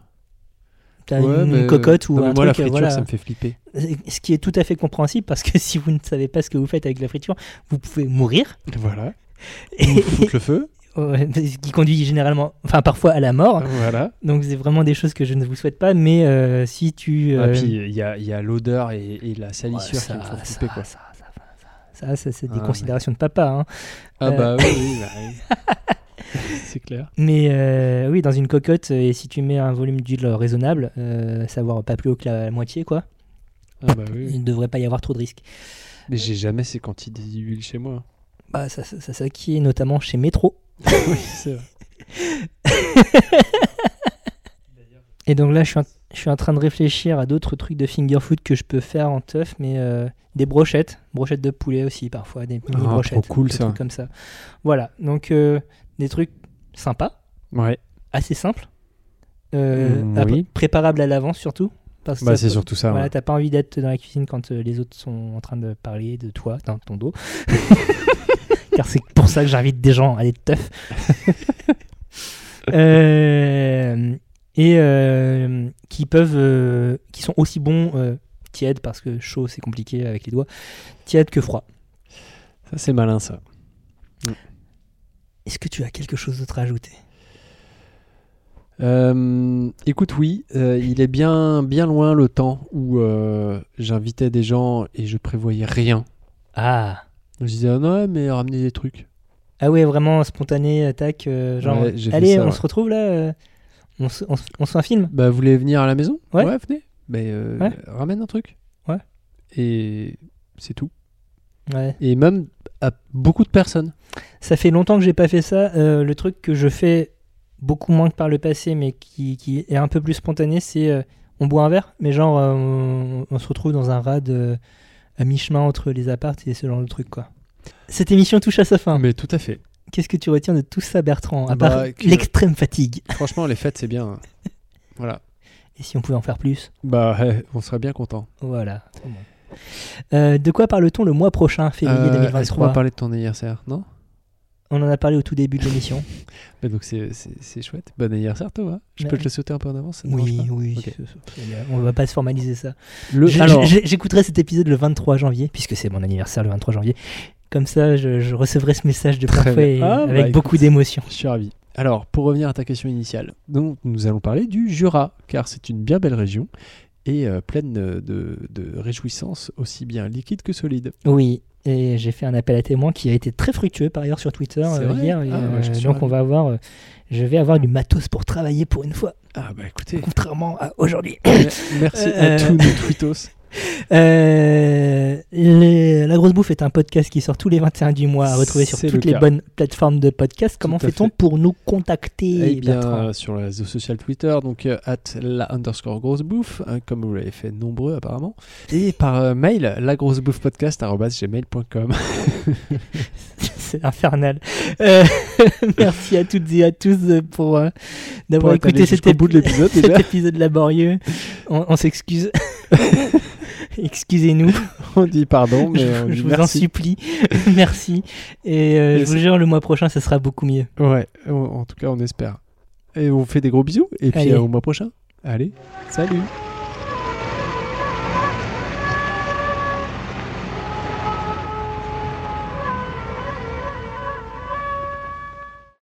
S1: T'as
S2: Ouais,
S1: une
S2: mais-
S1: cocotte ou
S2: Non, mais
S1: un
S2: moi, la
S1: truc, euh,
S2: friture,
S1: voilà.
S2: ça me
S1: [laughs]
S2: fait flipper.
S1: Ce qui est tout à fait compréhensible parce que [laughs] si vous ne savez pas ce que vous faites avec la friture, vous pouvez mourir.
S2: Voilà.
S1: Et- [laughs]
S2: Foutre le feu.
S1: Ouais, ce qui conduit généralement, enfin parfois à la mort.
S2: Voilà.
S1: Donc c'est vraiment des choses que je ne vous souhaite pas. Mais euh, si tu.
S2: Ah,
S1: euh,
S2: puis il y a, il y a l'odeur et, et la
S1: ouais,
S2: salissure qui me font flipper, quoi.
S1: ça, Euh. ça, ça, ça, ça, c'est des
S2: Ah,
S1: considérations de papa. hein.
S2: Ah
S1: Euh.
S2: bah oui, oui, bah
S1: [laughs]
S2: oui. c'est clair.
S1: Mais euh, oui, dans une cocotte, et si tu mets un volume d'huile raisonnable, euh, savoir pas plus haut que la moitié, quoi,
S2: Ah bah oui.
S1: il ne devrait pas y avoir trop de risques.
S2: Mais j'ai jamais ces quantités d'huile
S1: [laughs]
S2: chez moi.
S1: Bah, ça, ça, ça, ça qui est notamment chez Métro.
S2: oui, c'est vrai.
S1: Et donc là, je suis, en, je suis en train de réfléchir à d'autres trucs de finger food que je peux faire en teuf, mais euh, des brochettes, brochettes de poulet aussi parfois, des mini
S2: Ah, trop
S1: brochettes,
S2: cool,
S1: des
S2: ça.
S1: trucs comme ça. Voilà, donc euh, des trucs sympas,
S2: Ouais.
S1: assez Euh, simples, euh,
S2: Mm,
S1: à-
S2: oui.
S1: préparables à l'avance surtout, Parce que
S2: Bah,
S1: ça
S2: c'est
S1: peut-
S2: surtout ça.
S1: Voilà,
S2: ouais.
S1: t'as pas envie d'être dans la cuisine quand euh, les autres sont en train de parler de toi dans ton
S2: [laughs]
S1: dos. Car c'est pour ça que j'invite des gens à être
S2: [laughs]
S1: teuf. Euh, et euh, qui peuvent, euh, qui sont aussi bons euh, tièdes parce que chaud c'est compliqué avec les doigts, tièdes que froid.
S2: Ça, c'est malin, ça.
S1: Est-ce que tu as quelque chose d'autre à ajouter
S2: Euh, écoute, oui, euh, il est bien, bien loin le temps où euh, j'invitais des gens et je prévoyais rien.
S1: Ah.
S2: Je disais, ah non, mais ramenez des trucs.
S1: Ah ouais, vraiment spontané, euh, tac, euh, genre.
S2: Ouais, j'ai fait
S1: allez,
S2: ça,
S1: on
S2: ouais.
S1: se retrouve là. euh, on se, on se- on se fait un film.
S2: Bah, vous voulez venir à la maison
S1: Ouais.
S2: venez. Mais euh,
S1: Ouais.
S2: ramène un truc.
S1: Ouais.
S2: Et c'est tout.
S1: Ouais.
S2: Et même à beaucoup de personnes.
S1: Ça fait longtemps que j'ai pas fait ça. Euh, le truc que je fais beaucoup moins que par le passé, mais qui, qui est un peu plus spontané, c'est euh, on boit un verre, mais genre euh, on, on se retrouve dans un rad euh, à mi-chemin entre les appartes et ce genre de truc quoi. Cette émission touche à sa fin.
S2: Ah, Mais tout à fait.
S1: Qu'est-ce que tu retiens de tout ça, Bertrand À
S2: Bah,
S1: part
S2: que-
S1: l'extrême fatigue.
S2: Franchement, les fêtes, c'est
S1: [laughs]
S2: bien. hein. Voilà.
S1: Et si on pouvait en faire plus
S2: Bah, ouais, on serait bien content.
S1: Voilà. Trop bon. Euh, de quoi parle-t-on le mois prochain, février
S2: Euh, est-ce qu'on va
S1: 2023
S2: parler de ton anniversaire, non
S1: On en a parlé au tout début de
S2: [laughs]
S1: l'émission.
S2: Bah, Donc, c'est- c'est c'est chouette. Bon anniversaire, Thomas. Je peux
S1: Mais-
S2: te le sauter un peu en avance ça te dérange
S1: oui,
S2: pas
S1: oui.
S2: Ok.
S1: c'est- c'est- c'est- Eh On va pas se formaliser ça.
S2: Le-
S1: Je-
S2: alors,
S1: je- J'écouterai cet épisode le 23 janvier, puisque c'est mon anniversaire le 23 janvier. Comme ça, je, je recevrai ce message de
S2: Très
S1: plein
S2: bien.
S1: fouet et
S2: Ah, bah,
S1: avec
S2: écoute.
S1: beaucoup d'émotion.
S2: Je suis ravi. Alors, pour revenir à ta question initiale, donc, nous allons parler du Jura, car c'est une bien belle région et euh, pleine de, de- de réjouissances, aussi bien liquides que solides.
S1: Oui, et j'ai fait un appel à témoins qui a été très fructueux par ailleurs sur Twitter
S2: C'est
S1: euh,
S2: vrai
S1: hier.
S2: Ah,
S1: et,
S2: ouais,
S1: euh,
S2: je suis
S1: donc
S2: ravi.
S1: on va avoir, euh, je vais avoir du matos pour travailler pour une fois,
S2: Ah bah écoutez,
S1: contrairement à aujourd'hui.
S2: mer- [coughs] merci à
S1: Euh,
S2: tous
S1: [laughs]
S2: nos twittos.
S1: Euh, les- La Grosse Bouffe est un podcast qui sort tous les 21 du mois à retrouver sur
S2: C'est le
S1: toutes les
S2: cas.
S1: bonnes plateformes de podcast. Comment
S2: Tout à
S1: fait-on
S2: fait.
S1: pour nous contacter
S2: Eh bien,
S1: Bertrand
S2: euh, sur le réseau social Twitter, donc euh, at la underscore grosse bouffe, hein, comme vous l'avez fait nombreux apparemment,
S1: Eh
S2: et
S1: ben,
S2: par euh, mail, lagrossebouffepodcast.com.
S1: [laughs] Ah C'est infernal. Euh, [laughs] merci à toutes et à tous euh, pour euh, d'avoir
S2: Pour être allé
S1: écouté cet,
S2: jusqu'au bout de
S1: épi- [laughs]
S2: l'épisode, eh ben.
S1: cet
S2: déjà.
S1: épisode laborieux. On, on s'excuse. [laughs] Excusez-nous,
S2: on dit pardon, mais on
S1: je,
S2: dit
S1: je vous en
S2: merci.
S1: supplie. [laughs] merci. Et euh, je
S2: Et
S1: vous jure, le mois prochain, ça sera beaucoup mieux.
S2: Ouais, en- en tout cas, on espère. Et on vous fait des gros bisous, et puis
S1: Allez.
S2: euh, au mois prochain. Allez, salut